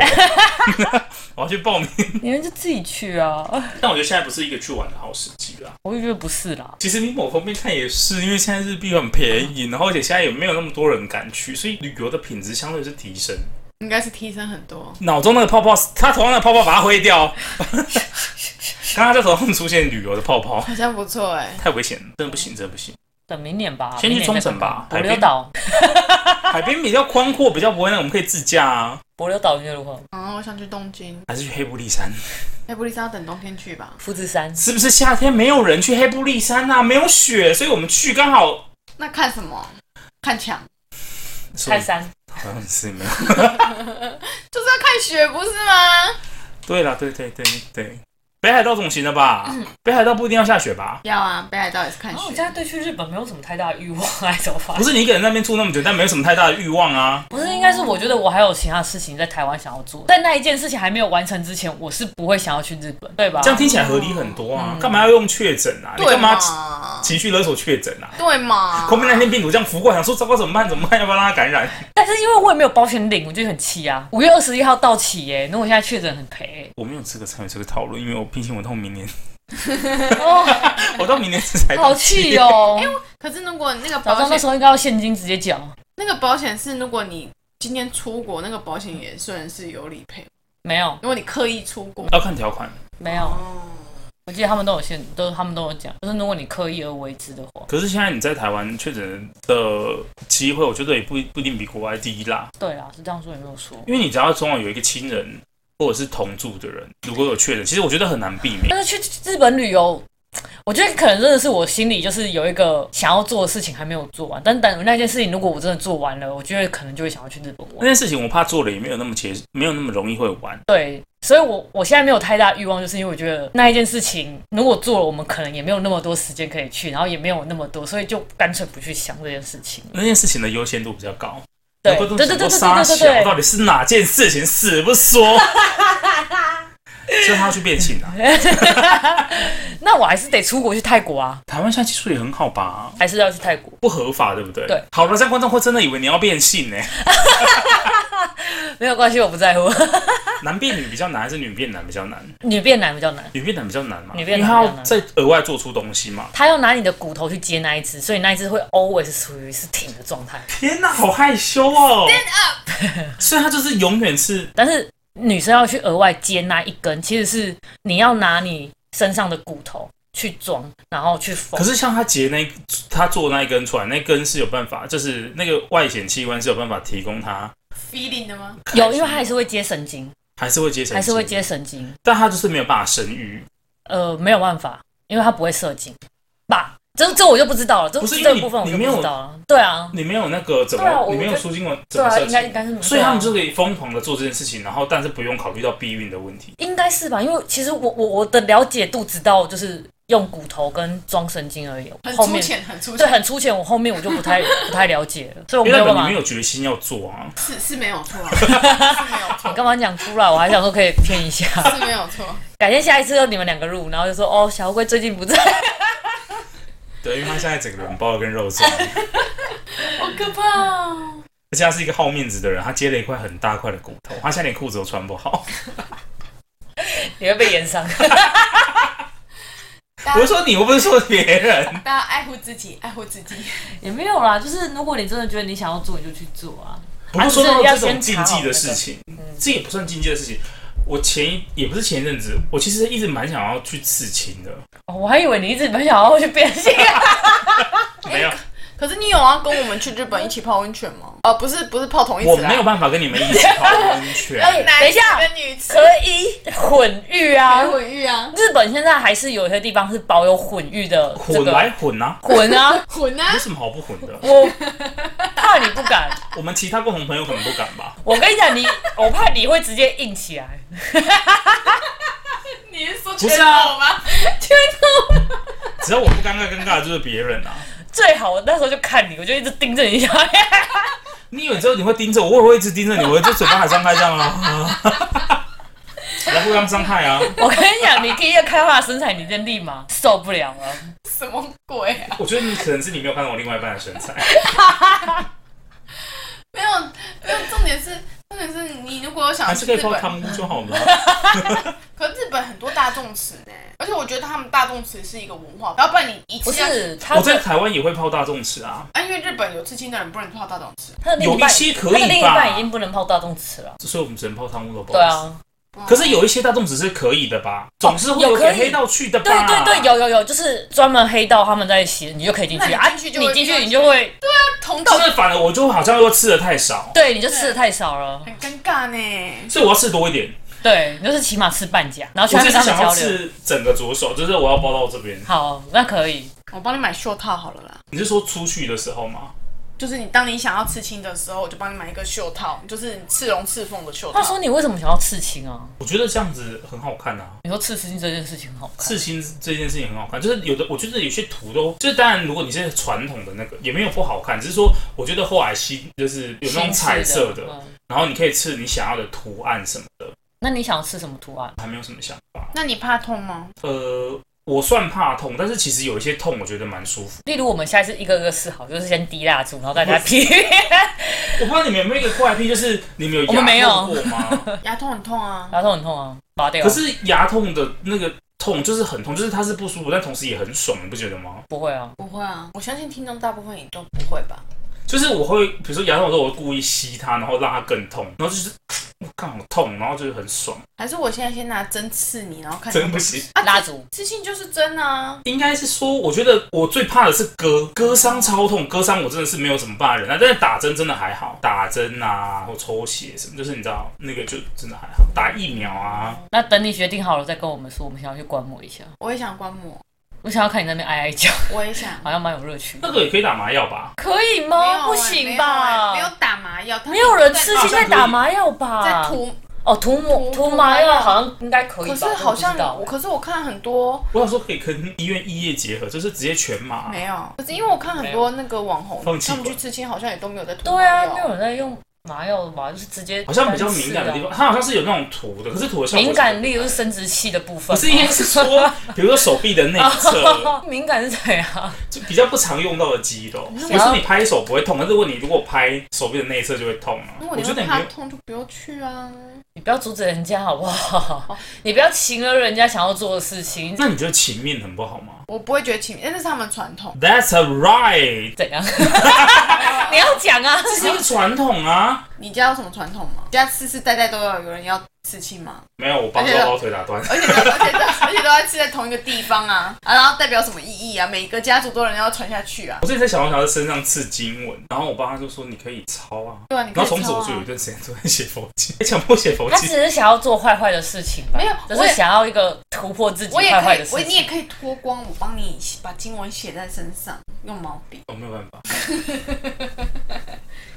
S1: <laughs> 我要去报名。
S2: 你们就自己去啊。 <laughs>
S1: 但我觉得现在不是一个去玩的好时机啦。
S2: 我就觉得不是啦，
S1: 其实你某方面看也是，因为现在日币很便宜，然后而且现在也没有那么多人敢去，所以旅游的品质相对是提升。
S3: <laughs> 应该是提升很多。
S1: 脑中那个泡泡，他头上的泡泡把它挥掉。 <laughs> 刚刚在头上出现旅游的泡泡，
S3: 好像不错哎、
S1: 太危险了，真的不行，真的不行。
S2: 等明年吧。
S1: 先去
S2: 明年再
S1: 冲绳吧
S2: 看看
S1: 海边
S2: 帛琉岛，
S1: 海边比较宽阔，比较不会那种，我们可以自驾啊，
S2: 帛琉岛你觉得如何？
S3: 啊，我想去东京，
S1: 还是去黑布利山？
S3: 哎，布丽莎等冬天去吧。
S2: 富士山，
S1: 是不是夏天没有人去黑布利山啊？没有雪，所以我们去刚好。
S3: 那看什么？看墙，
S1: 所以
S2: 泰山，
S1: 好像是没有。
S3: 就是要看雪，不是吗？
S1: 对啦，对对对对，北海道总行了吧？北海道不一定要下雪吧？
S3: 要啊，北海道也是看
S2: 然后我
S3: 雪。
S2: 现在对去日本没有什么太大的欲望，哎，怎么发
S1: 不？是你一个人在那边住那么久，但没有什么太大的欲望啊。
S2: 不是，应该是我觉得我还有其他事情在台湾想要做，在那一件事情还没有完成之前，我是不会想要去日本，对吧？
S1: 这样听起来合理很多啊，干嘛要用确诊啊？你
S3: 对
S1: 干啊嘛
S3: 嘛？
S1: 情绪勒索确诊啊？
S3: 对嘛？
S1: 后面那天病毒这样拂过来，想说糟糕怎么办？怎么办？要不要让它感染？
S2: 但是因为我也没有保险领，我就很气啊！五月二十一号到期耶、那我现在确诊很赔、
S1: 我没有资格参与这个讨论，因为我毕竟我到明 <laughs> 年，
S2: 哦，
S1: 我到明年才
S2: 好气哦！因为
S3: 可是如果那个
S2: 早知道
S3: 哎保
S2: 那
S3: 险，
S2: 时候应该要现金直接缴，
S3: 那个保险是如果你今天出国，那个保险也算是有理赔。
S2: 没有
S3: 如果你刻意出国，
S1: 要看条款。
S2: 没有，
S3: 哦，
S2: 我记得他们都有现，都他们都有讲，就是如果你刻意而为之的话，
S1: 可是现在你在台湾确诊的机会，我觉得也不不一定比国外低啦，
S2: 对啦，是这样说也没有说。
S1: 因为你只要中晚有一个亲人或者是同住的人，如果有确诊，其实我觉得很难避免。
S2: 但是去日本旅游，我觉得可能真的是我心里就是有一个想要做的事情还没有做完，但等那件事情如果我真的做完了，我觉得可能就会想要去日本
S1: 那
S2: 玩。
S1: 件事情我怕做了也没有那么结，没有那么容易会完。
S2: 对，所以我我现在没有太大欲望，就是因为我觉得那一件事情如果做了，我们可能也没有那么多时间可以去，然后也没有那么多，所以就干脆不去想这件事情。
S1: 那件事情的优先度比较高。
S2: 对
S1: 难怪
S2: 对
S1: 都想
S2: 对对
S1: 说
S2: 对对
S1: 傻
S2: 对
S1: 小
S2: 对
S1: 到
S2: 对，
S1: 底是哪件事情死不说？所以他要去变性啊！
S2: 那我还是得出国去泰国啊，
S1: 台湾现在技术也很好吧？
S2: 还是要去泰国。
S1: 不合法对不对？
S2: 对。
S1: 好了，这样观众会真的以为你要变性呢、 <laughs>
S2: 没有关系，我不在乎。
S1: 男变女比较难，还是女变男比较难？
S2: 女变男比较难，
S1: 女变男比较难嘛？
S2: 女变
S1: 因为他
S2: 男比较
S1: 要
S2: 难
S1: 再额外做出东西嘛。
S2: 他要拿你的骨头去接那一只，所以那一只会 always 处于是挺的状态。
S1: 天哪，好害羞哦 <laughs> 所以他就是永远是
S2: 但是女生要去额外接那一根，其实是你要拿你身上的骨头去装，然后去缝
S1: 可。是像他截那他做那一根出来，那根是有办法，就是那个外显器官是有办法提供他，
S3: feeling 的吗？
S2: 有，因为它还是会接神经，
S1: 还是会接神，
S2: 还是会，接神经。
S1: 但他就是没有办法生育。
S2: 呃，没有办法，因为它不会射精吧？这这我就不知道了，这
S1: 不是因为
S2: 这
S1: 你
S2: 部分我
S1: 你
S2: 就不
S1: 没有
S2: 知道了。对啊，
S1: 你没有那个怎么，
S2: 对啊我
S1: 你没有
S2: 觉得
S1: 输精管怎
S2: 对
S1: 么
S2: 啊，
S1: 射
S2: 应该
S1: 精
S2: 应，该是没有，
S1: 所以他们就
S2: 对啊
S1: 可以疯狂的做这件事情，然后但是不用考虑到避孕的问题。
S2: 应该是吧？因为其实我我我的了解度只到就是用骨头跟装神经而已，
S3: 很
S2: 后
S3: 粗
S2: 面
S3: 浅，很粗
S2: 对
S3: 浅，
S2: 很粗浅，我后面我就不
S3: <laughs>
S2: 太不太了解了，所以我
S1: 因
S2: 没
S1: 为代
S2: 有办
S1: 表
S2: 法
S1: 你没。有决心要做啊，
S3: 是是没 <laughs> 有错啊，是没有
S2: 你
S3: 错，
S2: 干嘛讲出来？我还想说可以骗一下。 <laughs>
S3: 是没有错。
S2: 改天下一次就你们两个录，然后就说
S1: <laughs>
S2: 哦，小乌龟最近不在，
S1: 对，因为他现在整个人包的跟肉粽，
S2: <laughs>
S1: 而
S3: 好可怕哦！
S1: 且他是一个好面子的人，他接了一块很大块的骨头，他现在连裤子都穿不
S2: <laughs>
S1: 好。
S2: 你会被延上。 <laughs>
S3: 大
S1: 我是
S3: 家
S1: 说你，我不是说别人。
S3: 大家爱护自己，爱护自己。
S2: 也没有啦，就是如果你真的觉得你想要做，你就去做啊。
S1: 不过说到这
S2: 还是要
S1: 种
S2: 先
S1: 禁
S2: 查
S1: 忌
S2: 好
S1: 的
S2: 那
S1: 事
S2: 个嗯
S1: 情，这也不算禁忌的事情。我前一也不是前一阵子，我其实一直蛮想要去刺青的，
S2: 哦，我还以为你一直没想要去变性、啊
S1: 没有，
S3: 可是你有要跟我们去日本一起泡温泉吗？哦，不是，不是泡同一
S1: 我
S3: 次啦
S1: 没有办法跟你们一起泡
S2: <laughs>
S1: 温泉。
S2: 哎
S3: 男
S2: 等一下
S3: 子跟女子
S2: 可 <laughs> 以
S1: 哎
S2: 混浴啊
S3: 还。混浴啊，
S2: 日本现在还是有一些地方是保有混浴的这
S1: 混
S2: 个
S1: 来混啊，
S2: 混啊，
S3: 混啊
S1: 有！什么好不混的？
S2: 我怕你不敢。
S1: 我们其他共同朋友可能不敢吧。
S2: 我跟你讲，你 <laughs> 我怕你会直接硬起来。
S3: 你是说
S1: 不是啊
S3: 全裸吗？
S2: 天哪！
S1: 只要我不尴尬，尴尬的就是别人啊。
S2: 最好我那时候就看你，我就一直盯着你想。
S1: 你以为之后你会盯着我，我也会一直盯着你，我就嘴巴还张开这样啊， <laughs> 来互相伤害啊。
S2: <laughs> 我跟你讲，你第一个开发的身材，你就立马受不了了。
S3: 什么鬼啊？
S1: 我觉得你可能是你没有看到我另外一半的身
S2: <laughs>
S1: 材。
S2: 哦
S3: 没有，没有。重点是，重点是你如果有想
S1: 还
S3: 要
S1: 是
S3: 去
S1: 可以
S3: 日
S1: 泡汤
S3: 本，
S1: 屋就好了。啊
S3: 可是日本很多大众池呢，而且我觉得他们大众池是一个文化，要不然你一
S2: 不
S3: 次要
S2: 是他
S1: 我在
S2: 的
S1: 台湾也会泡大众池啊，
S3: 啊，因为日本有刺青的人不能泡大众池，
S2: 他的另一
S1: 有一
S2: 半，
S1: 些可以吧
S2: 他的另一半已经不能泡大众池了。
S1: 所以我们只能泡汤屋了。不好
S2: 对
S1: 意思，
S2: 啊，哦
S1: 可是有一些大众池是可以的吧？总是会
S2: 有可
S1: 给
S2: 以
S1: 黑道去的吧？
S2: 对对对，。有有有，就是专门黑道他们在洗，你就可以进去
S3: 那
S2: 啊。
S3: 你
S2: 你
S3: 进去就会
S2: 进去你就会，
S3: 同道
S1: 就是反而我就好像又吃的太少，
S2: 对，你就吃的太少了，
S3: 很尴尬呢。
S1: 所以我要吃多一
S2: 哦
S1: 点。
S2: 对，你就是起码吃半价，然后去
S1: 我
S2: 跟
S1: 这次
S2: 他们
S1: 想要
S2: 交流。
S1: 吃整个左手，就是我要包到这边。
S2: 好，那可以。
S3: 我帮你买袖套好了啦。
S1: 你是说出去的时候吗？
S3: 就是你当你想要刺青的时候，我就帮你买一个袖套，就是刺龙刺凤的袖
S2: 话
S3: 套。
S2: 说你为什么想要刺青啊？
S1: 我觉得这样子很好看啊。
S2: 你说刺青这件事情很好看，
S1: 刺青这件事情很好看，就是有的，我觉得有些图都，就是当然，如果你是传统的那个，也没有不好看，只是说我觉得后来新就是有那种彩色的，
S2: 嗯
S1: 然后你可以刺你想要的图案什么的，
S2: 那你想刺什么图案？
S1: 还没有什么想法。
S3: 那你怕痛吗？
S1: 呃，我算怕痛，但是其实有一些痛，我觉得蛮舒服。
S2: 例如我们下一次一个一个试好，就是先滴蜡烛，然后大家批。
S1: 我不知道你们有没有一个怪癖，就是你们有
S2: 我们 <laughs> 没有
S1: 牙痛过吗？
S3: 牙痛很痛啊。
S2: <laughs> 牙痛很痛啊，拔掉。
S1: 可是牙痛的那个痛就是很痛，就是它是不舒服，但同时也很爽，你不觉得吗？
S2: 不会啊，
S3: 不会啊，我相信听众大部分也都不会吧。
S1: 就是我会，比如说牙痛的时候，我会故意吸它，然后让它更痛，然后就是。呃我看好痛，然后就是很爽，
S3: 还是我现在先拿针刺你，然后看你
S1: 真不行。
S3: 啊
S2: 蜡烛
S3: 刺青就是针啊，
S1: 应该是说，我觉得我最怕的是割，割伤超痛，割伤我真的是没有什么办法忍耐。但是打针真的还好，打针啊或抽血什么，就是你知道那个就真的还好。打疫苗啊，
S2: 那等你决定好了再跟我们说，我们想要去观摩一下。
S3: 我也想观摩，
S2: 我想要看你那边哀哀叫，
S3: 我也想。
S2: 好像蛮有乐趣的。
S1: 那个也可以打麻药吧？
S2: 可以
S3: 没
S2: 吗？
S3: 有
S2: 不
S3: 欸
S2: 行吧？
S3: 没有欸没有打麻药，他们
S2: 没有人吃
S3: 在
S2: 现在打麻药
S3: 在
S2: 吧？
S3: 涂，
S2: 哦，涂抹涂麻
S3: 涂涂麻
S2: 药
S3: 药
S2: 好像应该可以
S3: 可
S2: 吧？
S3: 是好像
S2: 我不知道欸
S3: 我，可是我看很多
S1: 我想说可以跟医院异业结合，就是直接全麻。
S3: 没有，啊可是因为我看很多那个网红，
S1: 放弃
S3: 他们
S1: 吧
S3: 去刺青好像也都没有在涂麻
S2: 对啊，
S3: 药。
S2: 没有人在用麻药吧？就是直接
S1: 好像比较敏感的地
S2: 单
S1: 方，
S3: 哦
S2: 次啊。
S1: 它好像是有那种图的，可是图的效果
S2: 敏感力就是生殖器的部分
S1: 不
S2: 吗，
S1: 是
S2: <laughs>
S1: 应该是说，
S3: <laughs>
S1: 比如说手臂的内侧，
S2: 哦敏感是怎样？
S1: 就比较不常用到的肌肉。比如说你拍手不会痛，可是如果你如果拍手臂的内侧就会痛啊。
S3: 如
S1: 我
S3: 果你
S1: 觉
S3: 会
S1: 得你没
S3: 怕
S1: 有
S3: 痛，就不要去啊。
S2: 你不要阻止人家好不好？ <laughs> 你不要情了人家想要做的事情，
S1: 那你觉得情面很不好吗
S3: 我不会觉得奇，但是他们
S1: <laughs>
S3: 传统。
S1: ？That's a
S3: <laughs>
S1: right，
S2: 怎样？ <laughs> 你要讲啊！
S1: 这是一个传统啊。
S3: 你家有什么传统吗？你家世世代代都要有人要刺青吗？
S1: 没有，我把
S3: 而
S1: 手
S3: 且
S1: 把我腿打断。
S3: 而且都 <laughs> 而且都而且都要吃在同一个地方啊啊，然后代表什么意义啊？每个家族都有人要传下去啊。
S1: 我之前在小红条的身上刺经文，然后我爸他就说你可以抄啊。
S3: 对啊，你可
S1: 然
S3: 以
S1: 后从此
S3: 抄
S1: 我
S3: 啊
S1: 就有一段时间都在写佛经，强迫写佛
S2: 他
S1: 经
S2: 只。是想要做坏坏的事情吧，
S3: 没有
S2: 只
S3: 我
S2: 是
S3: 也
S2: 想要一个突破自己
S3: 我也
S2: 坏
S3: 可
S2: 坏的
S3: 以，
S2: 事
S3: 我
S2: 情。
S3: 你也可以脱光，我帮你把经文写在身上，用毛笔。
S1: 哦我没有办法。 <laughs>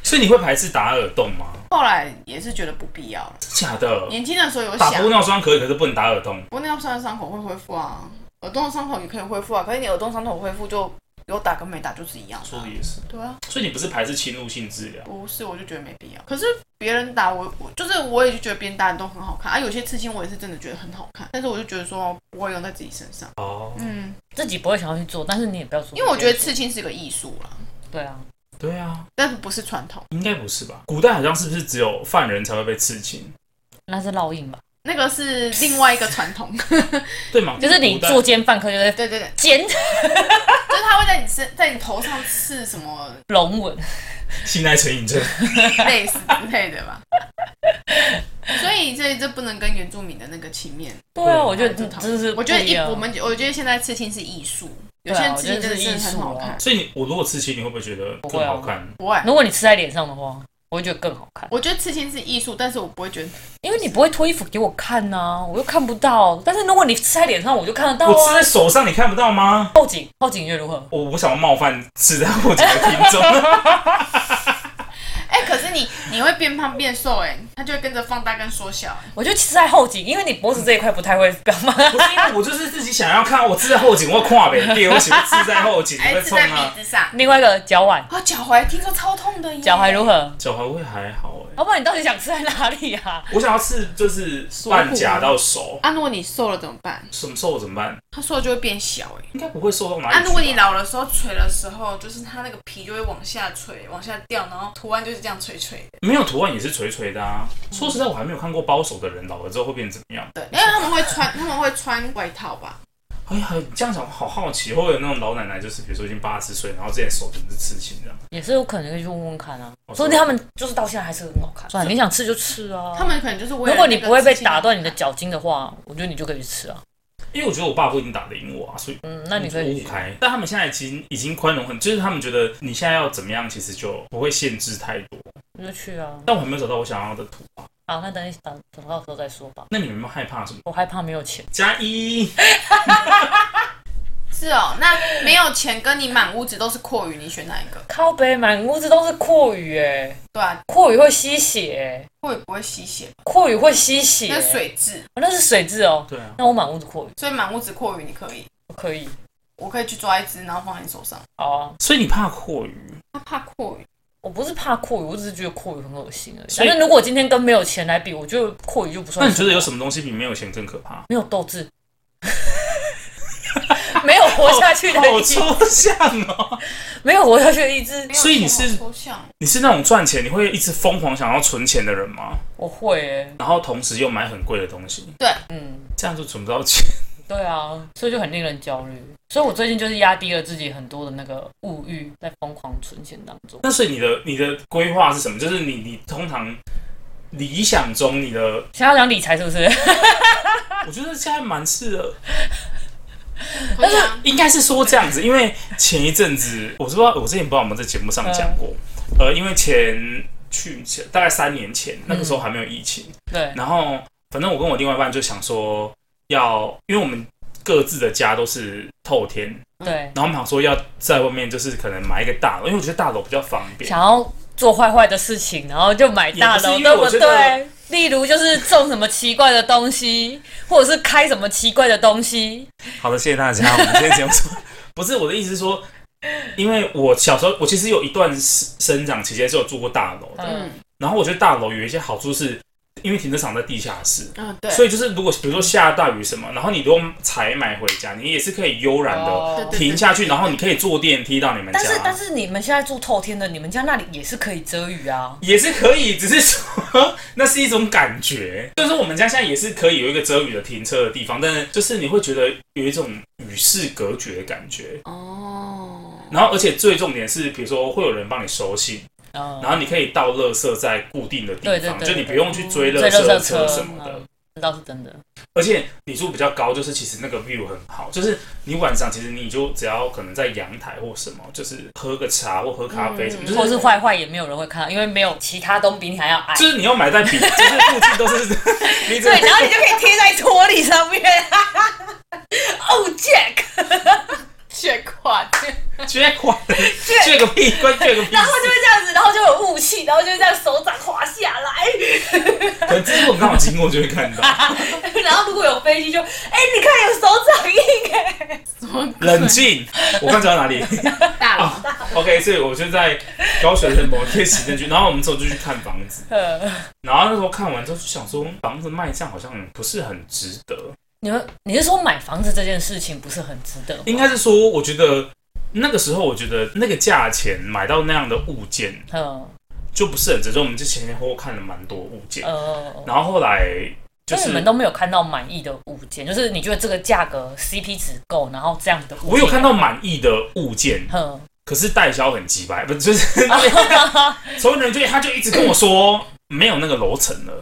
S1: 所以你会排斥打耳洞吗？
S3: 后来也是觉得不必要了。
S1: 假的，
S3: 年轻的时候有
S1: 呃打
S3: 想，
S1: 玻尿酸可以，可是不能打耳洞。
S3: 不过那要伤的伤口会恢复啊，耳洞的伤口也可以恢复啊，可是你耳洞伤口恢复就有打跟没打就是一样的
S1: 说
S3: 啊、
S1: 的也是，
S3: 对啊，
S1: 所以你不是排斥侵入性治疗？
S3: 不是，我就觉得没必要。可是别人打我，我就是我也就觉得别人打的都很好看啊。有些刺青我也是真的觉得很好看，但是我就觉得说不会用在自己身上。
S1: 哦，
S3: 嗯，
S2: 自己不会想要去做，但是你也不要做，
S3: 因为我觉得刺青是一个艺术啦，
S2: 对啊，
S1: 对啊，
S3: 但是不是传统。
S1: 应该不是吧？古代好像是不是只有犯人才会被刺青？
S2: 那是烙印吧，
S3: 那个是另外一个传统， <laughs>
S1: 对吗？
S2: 就是你
S1: 古代
S2: 作奸犯科就在
S3: 对对对，
S2: 奸
S3: 就是他会在你身，在你头上刺什么
S2: 龙纹，
S1: 性爱成瘾症，
S3: 类似之类的吧。 <laughs> 所以这这不能跟原住民的那个情面
S2: 对啊，我觉得
S3: 哎这
S2: 这
S3: 套
S2: 这是
S3: 我觉得
S2: 不一
S3: 一
S2: 样
S3: 我们我觉得现在刺青是艺术，有
S2: 对啊
S3: 些刺青真的
S2: 我觉得是
S3: 很好看，
S1: 所以你我如果刺青，你会不会觉得
S2: 不
S1: 更
S2: 会啊
S1: 好看？
S3: 不会。
S2: 如果你吃在脸上的话，我会觉得更好看，
S3: 我觉得刺青是艺术，但是我不会觉得
S2: 因为你不会脱衣服给我看呐、我又看不到。但是如果你吃在脸上，我就看得到
S1: 我刺
S2: 啊
S1: 在。手上，你看不到吗？
S2: 报警，报警又如何？
S1: 我不想要冒犯刺在我这个听
S3: <laughs>
S1: 众，
S3: 哎、可是你你会变胖变瘦、哎，它就会跟着放大跟缩小、
S2: 我就吃在后颈，因为你脖子这一块不太会表
S3: <laughs>
S2: 嘛。
S1: 不是因为我就是自己想要看，我刺在后颈，我跨北跌，我喜欢刺在后颈，
S3: 哎、
S1: 我会
S3: 刺
S1: 痛
S3: 在
S1: 啊。
S3: 鼻子上。
S2: 另外一个脚腕，
S3: 啊，脚踝听说超痛的耶！
S2: 脚踝如何？
S1: 脚踝会还好哎、
S2: 老板，你到底想吃在哪里啊？
S1: <laughs> 我想要刺就是半甲到手，
S3: 啊，如果你瘦了怎么办？
S1: 什么时候怎么办？
S3: 它瘦了就会变小哎。
S1: 应该不会瘦到哪里去吧。
S3: 啊，如果你老的时候垂的时候，就是它那个皮就会往下垂，往下掉，然后图案就是这样垂垂的。
S1: 没有图案也是垂垂的啊。说实在，我还没有看过包手的人老了之后会变怎么样。
S3: 对，因为他们会穿，他们会穿外套吧？
S1: 哎呀，你这样讲我好好奇，会不会有那种老奶奶，就是比如说已经八十岁，然后之前手全是刺青这样？哦
S2: 也是有可能可以去问问看啊。
S1: 我
S2: 说
S1: 说
S2: 不定他们就是到现在还是很好看。算了，你想吃就吃啊。
S3: 他们可能就是为了
S2: 如果你
S3: 那个
S2: 不会被
S3: 刺青
S2: 打断你的脚筋的话，我觉得你就可以去吃啊。
S1: 因为我觉得我爸不一定打得赢我啊，所以
S2: 嗯，那你可
S1: 我
S2: 以
S1: 就五五
S2: 去。
S1: 开。但他们现在已经已经宽容很，就是他们觉得你现在要怎么样，其实就不会限制太多。
S2: 你就去啊。
S1: 但我还没有找到我想要的图啊。
S2: 好，那等你等等到时候再说吧。
S1: 那你们有没有害怕什么？
S2: 我害怕没有钱。
S1: 加一，
S3: 是哦，那没有钱跟你满屋子都是阔鱼，你选哪一个？
S2: 靠北满屋子都是阔鱼哎、
S3: 对啊，
S2: 阔鱼会吸血、欸，
S3: 阔鱼不会吸血，
S2: 阔鱼会吸血、
S3: 那是水质，
S2: 哦那是水质哦。
S1: 对啊，
S2: 那我满屋子阔鱼，
S3: 所以满屋子阔鱼你可以，
S2: 我可以
S3: 我可以去抓一只，然后放在你手上。
S2: 哦。
S1: 所以你怕阔鱼，
S3: 他怕阔鱼，
S2: 我不是怕阔鱼，我只是觉得阔鱼很恶心而已。
S1: 所以
S2: 反正如果今天跟没有钱来比，我觉得阔鱼就不算。
S1: 那你觉得有什么东西比没有钱更可怕？
S2: 没有斗志？ <laughs> 没有活下去的
S1: 好
S2: 意志，
S1: 抽象哦！
S2: 没有活下去的意志
S3: 没，有
S1: 所以你
S3: 钱好
S1: 是
S3: 抽象，
S1: 你是那种赚钱你会一直疯狂想要存钱的人吗？
S2: 我会欸
S1: 然后同时又买很贵的东西，
S2: 嗯，
S1: 这样就存不到钱。
S2: 对啊，所以就很令人焦虑。所以我最近就是压低了自己很多的那个物欲，在疯狂存钱当中。
S1: 那所以你的你的规划是什么？就是你你通常理想中你的，
S2: 想要讲理财是不是？ <laughs>
S1: 我觉得现在蛮适合，
S3: 但是
S1: 应该是说这样子，因为前一阵子我知不知道，我之前不知道我们在节目上讲过，呃，因为前去前大概三年前，那个时候还没有疫情，
S2: 对，
S1: 然后反正我跟我另外一半就想说要，因为我们各自的家都是透天，
S2: 对，
S1: 然后我们想说要在外面就是可能买一个大楼，因为我觉得大楼比较方便。
S2: 想要做坏坏的事情，然后就买大
S1: 也不是
S2: 楼，
S1: 因为
S2: 对
S1: 我
S2: 不
S1: 觉得
S2: 对？例如就是种什么奇怪的东西， <laughs> 或者是开什么奇怪的东西，
S1: 好的，谢谢大家。我们今天节目说不是我的意思是说，因为我小时候我其实有一段生生长期间是有住过大楼的，
S2: 嗯
S3: 嗯
S1: 然后我觉得大楼有一些好处是，因为停车场在地下室。
S3: 嗯对，
S1: 所以就是，如果比如说下大雨什么，然后你如果采买回家，你也是可以悠然的
S2: 哦
S3: 对对
S1: 停下去，然后你可以坐电梯到你们家，
S2: 但是但是你们现在住透天的，你们家那里也是可以遮雨啊。
S1: 也是可以，只是说那是一种感觉。 <laughs> 就是说我们家现在也是可以有一个遮雨的停车的地方，但是就是你会觉得有一种与世隔绝的感觉。
S3: 哦，
S1: 然后而且最重点是，比如说会有人帮你收信，
S2: 嗯，
S1: 然后你可以倒垃圾在固定的地
S2: 对对
S1: 方，
S2: 对
S1: 就你不用去追垃
S2: 追垃圾
S1: 车
S2: 车
S1: 什么的
S2: 嗯。这倒是真的。
S1: 而且你住比较高，就是其实那个 view 很好，就是你晚上其实你就只要可能在阳台或什么，就是喝个茶或喝咖啡什么，
S3: 嗯
S1: 就是
S2: 或是坏坏也没有人会看到，因为没有其他东比你还要矮。
S1: 就是你要买在比，就是附近都是 <laughs>
S2: <laughs>
S1: 你这
S2: 对，然后你就可以贴在玻璃上面。oh Jack，
S3: 血块，
S1: 撅款，撅个屁，关撅个屁。
S2: 然后就会这样子，然后就有雾气，然后就会这样手掌滑下来。 <laughs>
S1: 可能这是我们刚好经过就会看到，
S2: 然后如果有飞机就，哎、你看有手掌
S1: <laughs>
S2: 印哎、
S3: 什么
S1: <laughs>
S3: 鬼
S1: 冷静。我刚讲到哪里
S3: 大佬？
S1: <laughs> ？OK，所以我就在高雄的某一天行政区，然后我们之后就去看房子。然后那时候看完之后就想说，房子卖这样好像不是很值得，
S2: 你们你是说买房子这件事情不是很值得？
S1: 应该是说，我觉得那个时候我觉得那个价钱买到那样的物件
S2: 嗯
S1: 就不是很值得。我们之前前后后看了蛮多物件，
S2: 呃，
S1: 然后后来就
S2: 就是你们都没有看到满意的物件，就是你觉得这个价格 CP 值够，然后这样的物件
S1: 我有看，到满意的物件，
S2: 嗯， <laughs>
S1: 可是代销很鸡掰，不就是所有人就他就一直跟我说没有那个楼层了。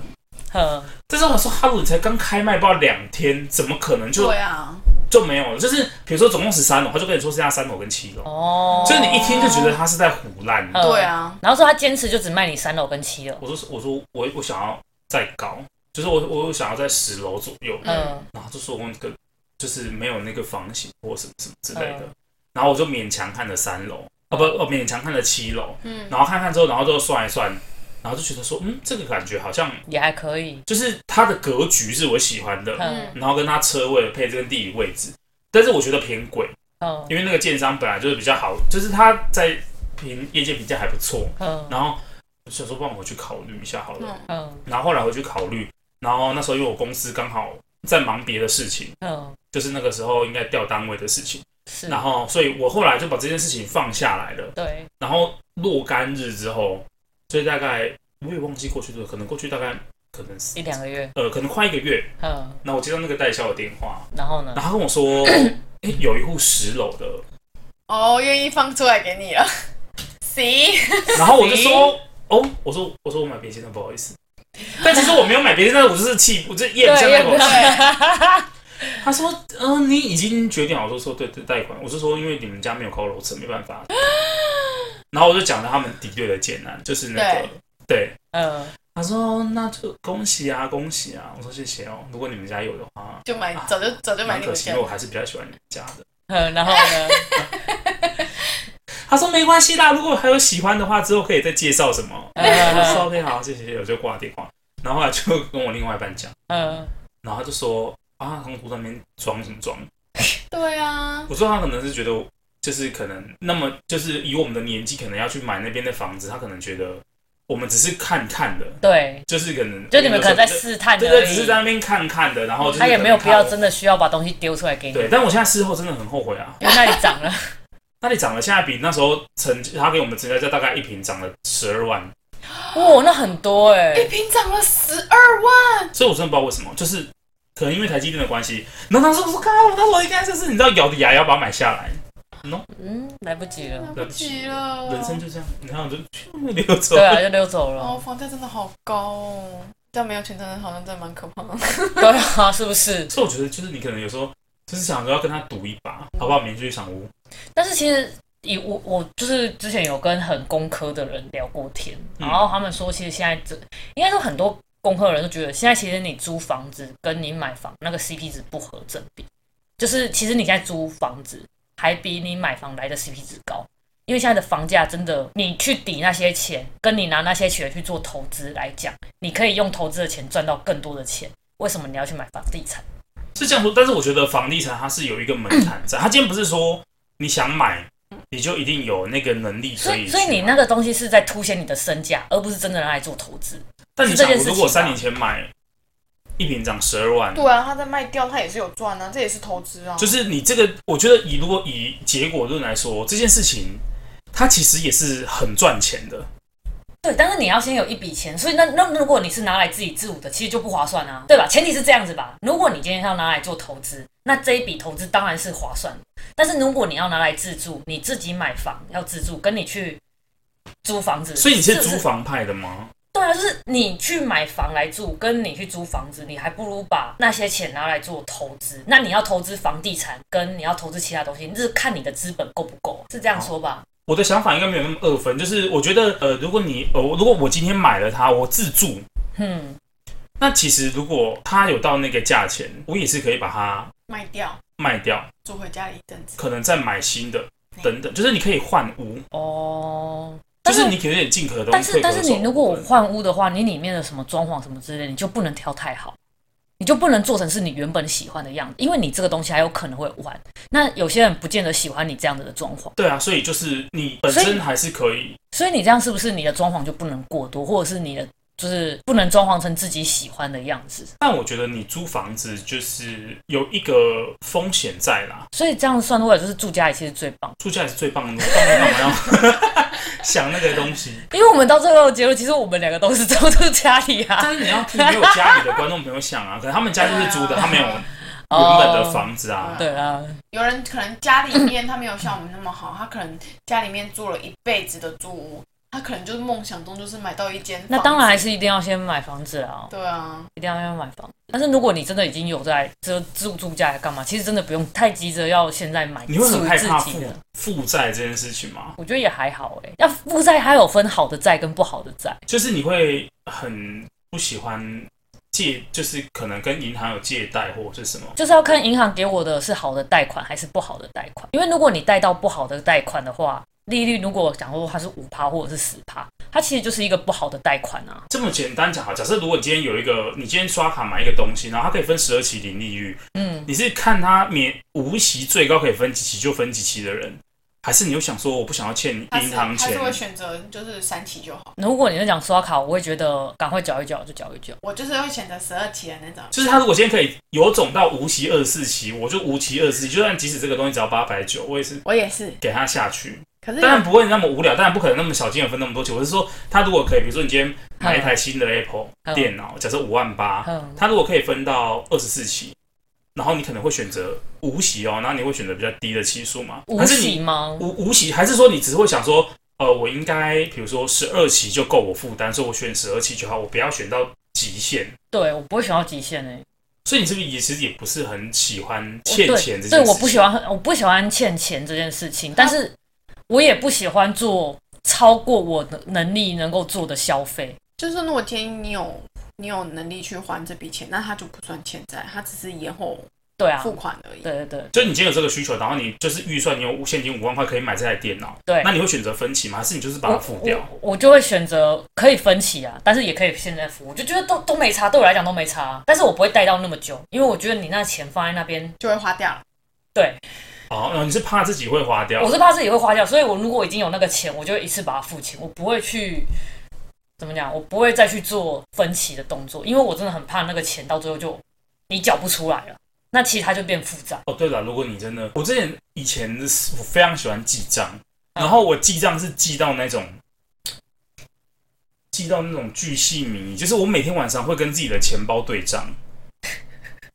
S2: 嗯，
S1: 但是我想说，哈鲁才刚开卖不到两天，怎么可能就
S3: 对啊，
S1: 就没有了？就是比如说总共十三楼，他就跟你说剩下三楼跟七楼，
S2: 哦，
S1: 所以你一听就觉得他是在胡乱。
S2: 嗯
S3: 对啊，
S2: 然后说他坚持就只卖你三楼跟七楼，
S1: 我说我说我我想要再高，就是我我想要在十楼左右，
S2: 嗯
S3: 嗯，
S1: 然后就说我那个就是没有那个房型或什么什么之类的
S2: 嗯，
S1: 然后我就勉强看了三楼，啊不，我勉强看了七楼，
S3: 嗯，
S1: 然后看看之后，然后就算一算，然后就觉得说，嗯，这个感觉好像
S2: 也还可以，
S1: 就是它的格局是我喜欢的，
S2: 嗯
S1: 然后跟它车位的配置跟地理位置，但是我觉得偏贵，
S2: 嗯
S1: 因为那个建商本来就是比较好，就是它在评业界评价还不错，
S2: 嗯
S1: 然后我想说帮我去考虑一下好了，
S3: 嗯
S2: 嗯
S1: 然后后来我去考虑，然后那时候因为我公司刚好在忙别的事情，
S2: 嗯，
S1: 就是那个时候应该调单位的事情，
S2: 是，
S1: 然后所以我后来就把这件事情放下来了，
S2: 对，
S1: 然后若干日之后，所以大概我也忘记过去多久，可能过去大概可能是
S2: 一两个月，
S1: 呃可能快一个月。
S2: 嗯，
S1: 那我接到那个代销的电话，
S2: 然后呢
S1: 然？后他跟我说， <clears throat> 哎、有一户十楼的，
S3: 哦，愿意放出来给你了， <laughs> 行，
S1: 然后我就说，哦，我说我说我买别间的，不好意思。但其实我没有买别间，但是我就是气，我就咽不下那口气。他说，嗯、你已经决定好，我就说对对，贷款。我是说，因为你们家没有高楼层，没办
S3: <gasps>
S1: 法。然后我就讲了他们敌对的艰难，就是那个对。
S2: 嗯，
S1: 他说：“那就恭喜啊，恭喜啊！”我说：“谢谢哦，如果你们家有的话，
S3: 就买，早就早就买
S1: 蛮
S3: 那
S1: 可
S3: 个
S1: 惜，
S3: 家
S1: 因为，我还是比较喜欢你们家的。
S2: 嗯嗯，然后呢？
S1: 他说没关系啦，如果还有喜欢的话，之后可以再介绍什
S2: <laughs>
S1: 么。
S2: 嗯
S1: 我说 OK 好，谢谢，谢谢我就挂电话。然后后来就啊跟我另外一半讲，
S2: 嗯，
S1: 然后他就说啊，他从图上面装什么装？
S3: 对啊，
S1: 我说他可能是觉得，就是可能那么就是以我们的年纪，可能要去买那边的房子，他可能觉得我们只是看看的，
S2: 对，
S1: 就是可能
S2: 就你们可能在
S1: 有时
S2: 试探
S1: 候
S2: 而
S1: 对
S2: 已，
S1: 对，只是在那边看看的，然后就是
S2: 他也没有
S1: 可
S2: 必
S1: 能看
S2: 要真的需要把东西丢出来给你，
S1: 对，但我现在事后真的很后悔啊。
S2: 因为那里涨了，
S1: 那里涨了，现在比那时候成他给我们成交价大概一瓶涨了十二万，
S2: 哇，那很多哎、
S3: 一瓶涨了十二万，
S1: 所以我真的不知道为什么，就是可能因为台积电的关系。然后他说：“我靠，我那时候应该就是你知道咬着牙要把它买下来。
S2: 嗯，来不及了，
S3: 来不及了。
S1: 人生就这样，你看我就 <laughs> 咻溜走。
S2: 对啊，就溜走了，
S3: 哦，房价真的好高哦，但没有钱真的好像真的蛮可怕的。
S2: 对啊，是不是？
S1: 所以我觉得就是你可能有时候就是想说要跟他赌一把，好不好？免去赏屋。
S2: 但是其实以我我就是之前有跟很工科的人聊过天，
S1: 嗯
S2: 然后他们说，其实现在这应该说很多工科的人都觉得，现在其实你租房子跟你买房那个 CP 值不合正比，就是其实你现在租房子还比你买房来的 CP 值高。因为现在的房价真的，你去抵那些钱，跟你拿那些钱去做投资来讲，你可以用投资的钱赚到更多的钱。为什么你要去买房地产？
S1: 是这样说，但是我觉得房地产它是有一个门槛
S2: 嗯
S1: 在，它今天不是说你想买你就一定有那个能力
S2: 所
S1: 可
S2: 以，
S1: 以。
S2: 所以你那，个东西是在凸显你的身价，而不是真的拿来做投资。
S1: 但你
S2: 是这
S1: 想
S2: 件，事
S1: 如果
S2: 情吧
S1: 三年前买一瓶涨十二万，
S3: <laughs> 对啊，他在卖掉，他也是有赚啊，这也是投资啊。
S1: 就是你这个，我觉得以如果以结果论来说，这件事情它其实也是很赚钱的。
S2: 对，但是你要先有一笔钱，所以那那那如果你是拿来自己自舞的，其实就不划算啊，对吧？前提是这样子吧。如果你今天要拿来做投资，那这一笔投资当然是划算的。但是如果你要拿来自住，你自己买房要自住，跟你去租房子，
S1: 所以你是
S2: 不
S1: 租房派的吗？
S2: 对啊，就是你去买房来住，跟你去租房子，你还不如把那些钱拿来做投资。那你要投资房地产，跟你要投资其他东西，就是看你的资本够不够，是这
S1: 哦
S2: 样说吧？
S1: 我的想法应该没有那么二分，就是我觉得呃，如果你呃，如果我今天买了它，我自住，
S2: 嗯，
S1: 那其实如果它有到那个价钱，我也是可以把它
S3: 卖掉，
S1: 卖掉，
S3: 住回家里一阵子。
S1: 可能再买新的等等，就是你可以换屋，
S2: 哦，
S1: 就
S2: 但
S1: 是你可以有点进可攻，
S2: 但是
S1: 退可
S2: 但是你
S1: 守
S2: 如果我换屋的话，你里面的什么装潢什么之类，你就不能挑太好，你就不能做成是你原本喜欢的样子，因为你这个东西还有可能会玩。那有些人不见得喜欢你这样子的装潢，
S1: 对啊，所以就是你本
S2: 所以
S1: 身还是可以
S2: 所以你这样是不是你的装潢就不能过多，或者是你的就是不能装潢成自己喜欢的样子？
S1: 但我觉得你租房子就是有一个风险在啦，
S2: 所以这样算过来就是住家里其实最棒，
S1: 住家也是最棒的，干嘛干嘛要 <laughs> 想那个东西？
S2: 因为我们到最后的结论，其实我们两个都是都住家里啊。
S1: 但是你要替没有家里的观众朋友想啊，可能他们家就是租的，
S3: 对啊
S1: 他没有原本的房子啊。
S2: 哦对啊，
S3: 有人可能家里面他没有像我们那么好，他可能家里面住了一辈子的住屋，他可能就是梦想中就是买到一间。
S2: 那当然还。是一定要先买房子啊。
S3: 对啊，
S2: 一定要要买房。但是如果你真的已经有在这住住家来干嘛，其实真的不用太急着要现在买属
S1: 你会很
S2: 于
S1: 害
S2: 自
S1: 怕
S2: 己
S1: 负
S2: 的。
S1: 负债这件事情吗？
S2: 我觉得也还好哎、要负债它有分好的债跟不好的债，
S1: 就是你会很不喜欢借，就是可能跟银行有借贷或者是什么。
S2: 就是要看银行给我的是好的贷款还是不好的贷款。因为如果你贷到不好的贷款的话，利率如果讲说它是五趴或者是十趴，它其实就是一个不好的贷款啊。
S1: 这么简单讲好，假设如果你今天有一个，你今天刷卡买一个东西，然后它可以分十二期零利率，
S2: 嗯，
S1: 你是看他免无息最高可以分几期就分几期的人，还是你又想说我不想要欠
S3: 他是
S1: 银行
S3: 他
S1: 钱
S3: 是？会选择就是三期就好，
S2: 如果你是讲刷卡，我会觉得赶快缴一缴就缴一缴。
S3: 我就是会选择十二期的那种。
S1: 就是他如果今天可以有种到无息二十四期，我就无息二十四期，就算即使这个东西只要八百九，我也是
S3: 我也是，
S1: 给他下去。
S3: 可是
S1: 当然不会那么无聊，当然不可能那么小金额分那么多期。我是说，他如果可以，比如说你今天买一台新的 Apple
S2: 嗯
S1: 电脑，假设五万八，
S2: 嗯，
S1: 他如果可以分到二十四期。然后你可能会选择无息哦，然后你会选择比较低的期数吗？
S2: 无
S1: 还是你
S2: 息吗？
S1: 无无息，还是说你只会想说，呃，我应该比如说十二期就够我负担，所以我选十二期就好，我不要选到极限。
S2: 对，我不会选到极限哎、
S1: 所以你是不是也其实也不是很喜欢
S2: 我
S1: 欠
S2: 哦对
S1: 钱这件事情？
S2: 对，我不喜。欢，我不喜欢欠钱这件事情，但是我也不喜欢做超过我的能力能够做的消费。
S3: 就是如果今天你有你有能力去还这笔钱，那他就不算欠债，他只是延后
S2: 对啊，
S3: 付款而已。
S2: 对对对
S1: 就你今天有这个需求，然后你就是预算，你有现金五万块可以买这台电脑，
S2: 对。
S1: 那你会选择分期吗？还是你就是把它付掉？
S2: 我我我就会选择可以分期啊，但是也可以现在付，我就觉得都都没差，对我来讲都没差啊，但是我不会带到那么久，因为我觉得你那钱放在那边，
S3: 就会花掉了。
S2: 对
S1: 哦，然后你是怕自己会花掉
S2: 我？是怕自己会花掉，所以我如果已经有那个钱，我就会一次把它付清，我不会去怎么讲，我不会再去做分期的动作，因为我真的很怕那个钱到最后就你缴不出来了，那其实它就变负债。
S1: 哦，对了，如果你真的，我之前以前是我非常喜欢记账，然后我记账是记到那种。记到那种巨细靡遗，就是我每天晚上会跟自己的钱包对账，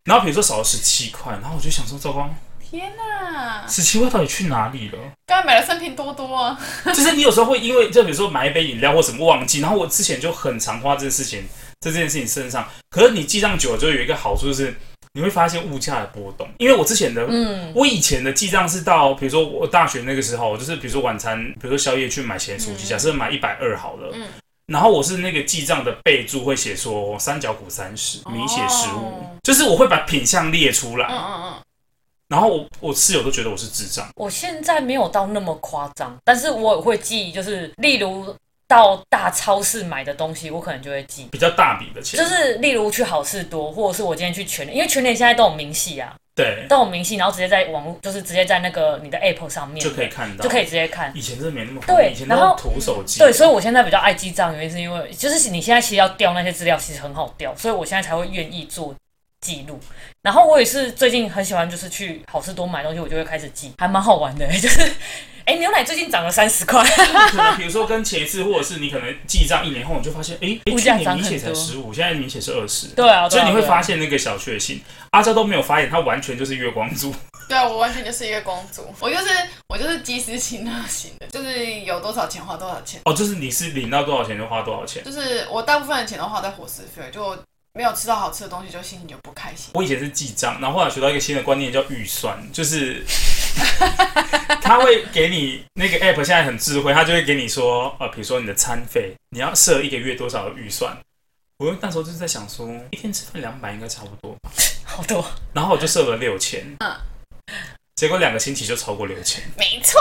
S1: 然后比如说少了十七块，然后我就想说，糟糕，
S3: 天哪！
S1: 十七块到底去哪里了？ <laughs>
S3: 刚才买了三瓶多多啊，
S1: 就是你有时候会因为，就比如说买一杯饮料或什么忘记，然后我之前就很常花这件事情在这件事情身上。可是你记账久了，就有一个好处就是，你会发现物价的波动。因为我之前的，
S2: 嗯，
S1: 我以前的记账是到，比如说我大学那个时候，就是比如说晚餐，比如说宵夜去买咸酥鸡，
S3: 嗯
S1: 假设买一百二好了，
S3: 嗯
S1: 然后我是那个记账的备注会写说三角骨三十，米血十五，
S3: 哦
S1: 就是我会把品相列出来，
S3: 嗯嗯
S1: 然后我我室友都觉得我是智障。
S2: 我现在没有到那么夸张，但是我也会记，就是例如到大超市买的东西，我可能就会记，
S1: 比较大笔的钱，
S2: 就是例如去好事多，或者是我今天去全联，因为全联现在都有明细啊，
S1: 对，
S2: 都有明细，然后直接在网络，就是直接在那个你的 app 上面
S1: 就可以看到，
S2: 就可以直接看。
S1: 以前真的没那么方
S2: 对
S1: 便，以前都
S2: 然
S1: 要
S2: 后
S1: 徒手记。
S2: 对，
S1: <laughs>
S2: 所以我现在比较爱记账，原因是因为就是你现在其实要调那些资料，其实很好调，所以我现在才会愿意做记录。然后我也是最近很喜欢，就是去好事多买东西，我就会开始记，还蛮好玩的、 <laughs> 就是，哎、牛奶最近涨了三十块， <laughs>
S1: 可能比如说跟前一次，或者是你可能记账一年后，你就发现，哎、诶
S2: 物
S1: 去
S2: 价
S1: 年
S2: 涨
S1: 明
S2: 很
S1: 显才
S2: 多
S1: 十五，现在明显是二十。
S2: 对啊，
S1: 所
S2: 对
S1: 以
S2: 啊
S1: 你会
S2: 对啊
S1: 发现那个小确幸，阿娇都没有发现，她完全就是月光族。 <laughs>
S3: 嗯，对我完全就是一个公主，我就是我就是及时行乐型的，就是有多少钱花多少钱，
S1: 哦，就是你是领到多少钱就花多少钱。
S3: 就是我大部分的钱都花在伙食费，就没有吃到好吃的东西，就心情就不开心。
S1: 我以前是记账，然后后来学到一个新的观念叫预算，就是
S2: <laughs>
S1: 他会给你那个 app 现在很智慧，他就会给你说，呃，比如说你的餐费，你要设一个月多少的预算。我那时候就是在想说，一天吃饭两百应该差不多吧，
S2: 好多，
S1: 然后我就设了六千，
S3: 嗯
S1: 结果两个星期就超过六千，
S3: 没错，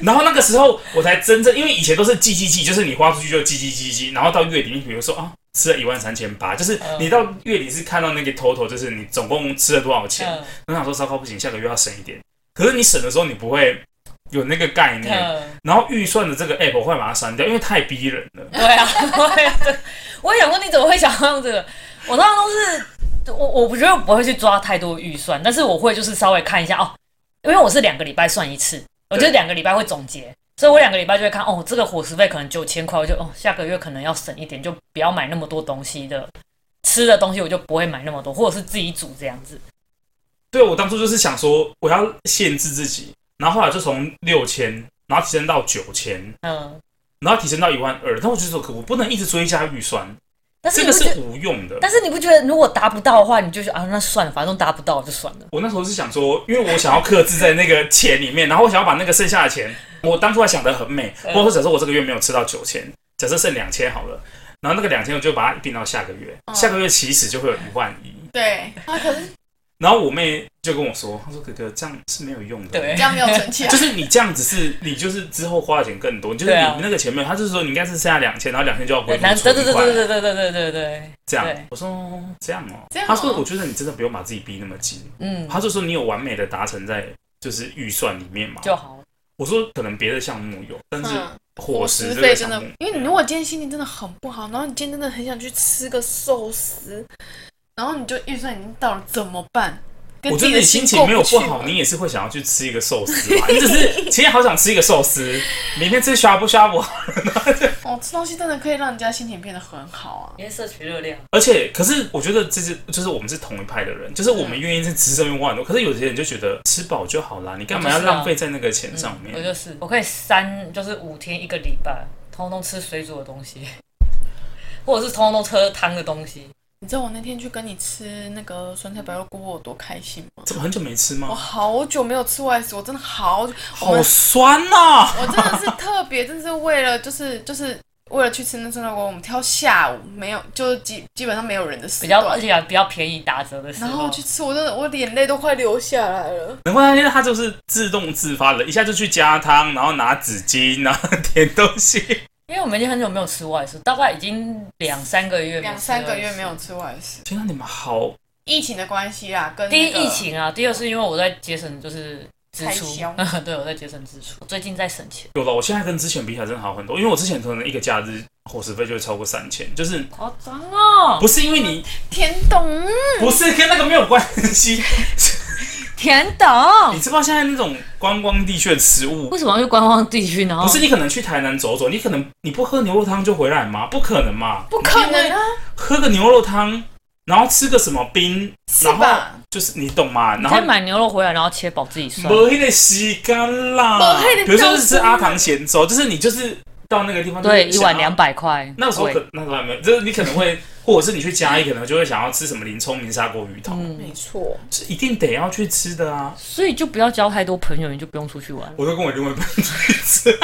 S1: 然后那个时候我才真正，因为以前都是记记记，就是你花出去就记记记记，然后到月底，你比如说啊，吃了一万三千八，就是
S2: 嗯
S1: 你到月底是看到那个 total，就是你总共吃了多少钱，
S2: 嗯
S1: 我想说糟糕不行，下个月要省一点。可是你省的时候，你不会有那个概念，
S2: 嗯，
S1: 然后预算的这个 app 我会把它删掉，因为太逼人了。
S2: 对啊， <laughs> 对啊，对我也想问你怎么会想到这个？我通常都是我，我不觉得我不会去抓太多预算，但是我会就是稍微看一下哦，因为我是两个礼拜算一次，我就两个礼拜会总结，所以我两个礼拜就会看哦，这个伙食费可能九千块，我就哦下个月可能要省一点，就不要买那么多东西的。吃的东西我就不会买那么多，或者是自己煮这样子。
S1: 对我当初就是想说我要限制自己，然后后来就从六千，然后提升到九千，
S2: 嗯，
S1: 然后提升到一万二。但我就说，可我不能一直追加预算，
S2: 但是
S1: 这
S2: 你
S1: 个
S2: 不觉
S1: 是
S2: 得，
S1: 无用的。
S2: 但是你不觉得如果达不到的话，你就觉得啊，那算了，反正达不到就算了。
S1: 我那时候是想说，因为我想要克制在那个钱里面，然后我想要把那个剩下的钱，我当初还想得很美，
S2: 嗯
S1: 或者假设我这个月没有吃到九千，假设剩两千好了，然后那个两千我就把它并到下个月，
S3: 嗯
S1: 下个月起始就会有一万一。
S3: 对啊，可是
S1: 然后我妹就跟我说，她说哥哥这样是没有用的，<laughs>
S2: 对
S3: 这样没有存 <laughs> 起来
S1: 就，是你这样子是你就是之后花的钱更多，就是
S2: 对啊
S1: 你那个钱没有，她就是说你应该是剩下两千，然后两千就要归
S2: 对
S1: 零
S2: 对对对对
S1: 存款，
S2: 对对对对对对，
S1: 这样
S2: 对。
S1: 我说这样哦
S3: 这，样哦
S1: 她说我觉得你真的不用把自己逼那么紧，
S2: 嗯，
S1: 她就说你有完美的达成在就是预算里面嘛，
S2: 就好了。我
S1: 我说可能别的项目有，但是
S3: 嗯，
S1: 伙食
S3: 食
S1: 这个
S3: 费真
S1: 项
S3: 的
S1: 目，，
S3: 因为你如果今天心情真的很不好，然后你今天真的很想去吃个寿司，然后你就预算已经到了，怎么办？跟
S1: 我
S3: 自
S1: 觉
S3: 己
S1: 得
S3: 的
S1: 你心
S3: 过
S1: 情没有
S3: 不
S1: 不
S3: 去
S1: 好，
S3: 了
S1: 你也是会想要去吃一个寿司
S3: <laughs>
S1: 吧？你只是今天好想吃一个寿司，明天吃呷不呷不？
S3: 哦，吃东西真的可以让人家心情变得很好啊。
S2: 因为摄取热量，
S1: 而且，可是我觉得这是就是我们是同一派的人，就是我们愿意是吃上面花很多，可是有些人就觉得吃饱就好啦，你干嘛要
S2: 我就是啊
S1: 浪费在那个钱上
S3: 嗯
S1: 面？
S2: 我就是我可以三就是五天一个礼拜，通通吃水煮的东西， <laughs> 或者是通通喝汤的东西。
S3: 你知道我那天去跟你吃那个酸菜白肉锅，我有多开心吗？
S1: 怎么很久没吃
S3: 我
S1: 吗？
S3: 好久没有吃外食，我真的好久，我
S1: 好
S3: 们
S1: 酸呐、
S3: <laughs> 我真的是特别，真的是为了就是就是为了去吃那酸辣锅，我们挑下午没有，就是基基本上没有人的时
S2: 比较
S3: 段
S2: 而，且还啊比较便宜打折的时
S3: 然
S2: 候，
S3: 后我去吃，我真的我眼泪都快流下来了。
S1: 难怪因为它就是自动自发的，一下就去加汤，然后拿纸巾，然后 <laughs> 点东西。
S2: 因为我们已经很久没有吃外食，大概已经两三个月没吃
S3: 两三个月
S2: 外食
S3: 没有吃外食，
S1: 天啊，你们好
S3: 疫情的关系啦，跟、那
S2: 第一
S3: 个
S2: 疫情啊，第二是因为我在节省就是支
S3: 开
S2: 出
S3: 销，
S2: <laughs> 对，我在节省支出，最近在省钱，
S1: 有了，我现在跟之前比起来真的好很多，因为我之前可能一个假日伙食费就会超过三千，就是
S2: 夸张哦，
S3: 啊
S1: 不是因为你
S3: 甜懂
S1: 不是跟那个没有关系，
S2: 甜懂。
S1: 你知不知道现在那种观光地区的食物
S2: 为，什么要去观光地区？然
S3: 哦
S2: 后
S1: 不是你可能去台南走走，你可能你不喝牛肉汤就回来吗？不可能嘛，
S3: 不可能啊，
S1: 喝个牛肉汤，然后吃个什么冰，
S3: 是
S1: 然后
S3: 吧？
S1: 就是你懂吗？然
S2: 你
S1: 后
S2: 再买牛肉回来，然后切薄自己涮。
S1: 没那时间啦
S3: 没那个时间，
S1: 比如说是吃阿唐咸粥，就是你就是到那个地方
S2: 对，一碗两
S1: 百。
S2: 百块。
S1: 那个时候可那个还没有，就是你可能会，或者是你去嘉义，可能就会想要吃什么林聪明砂锅鱼头，
S2: 嗯，
S3: 错，
S1: 是一定得要去吃的啊！
S2: 所以就不要交太多朋友，你就不用出去玩。
S1: 我都跟我另外一半去吃，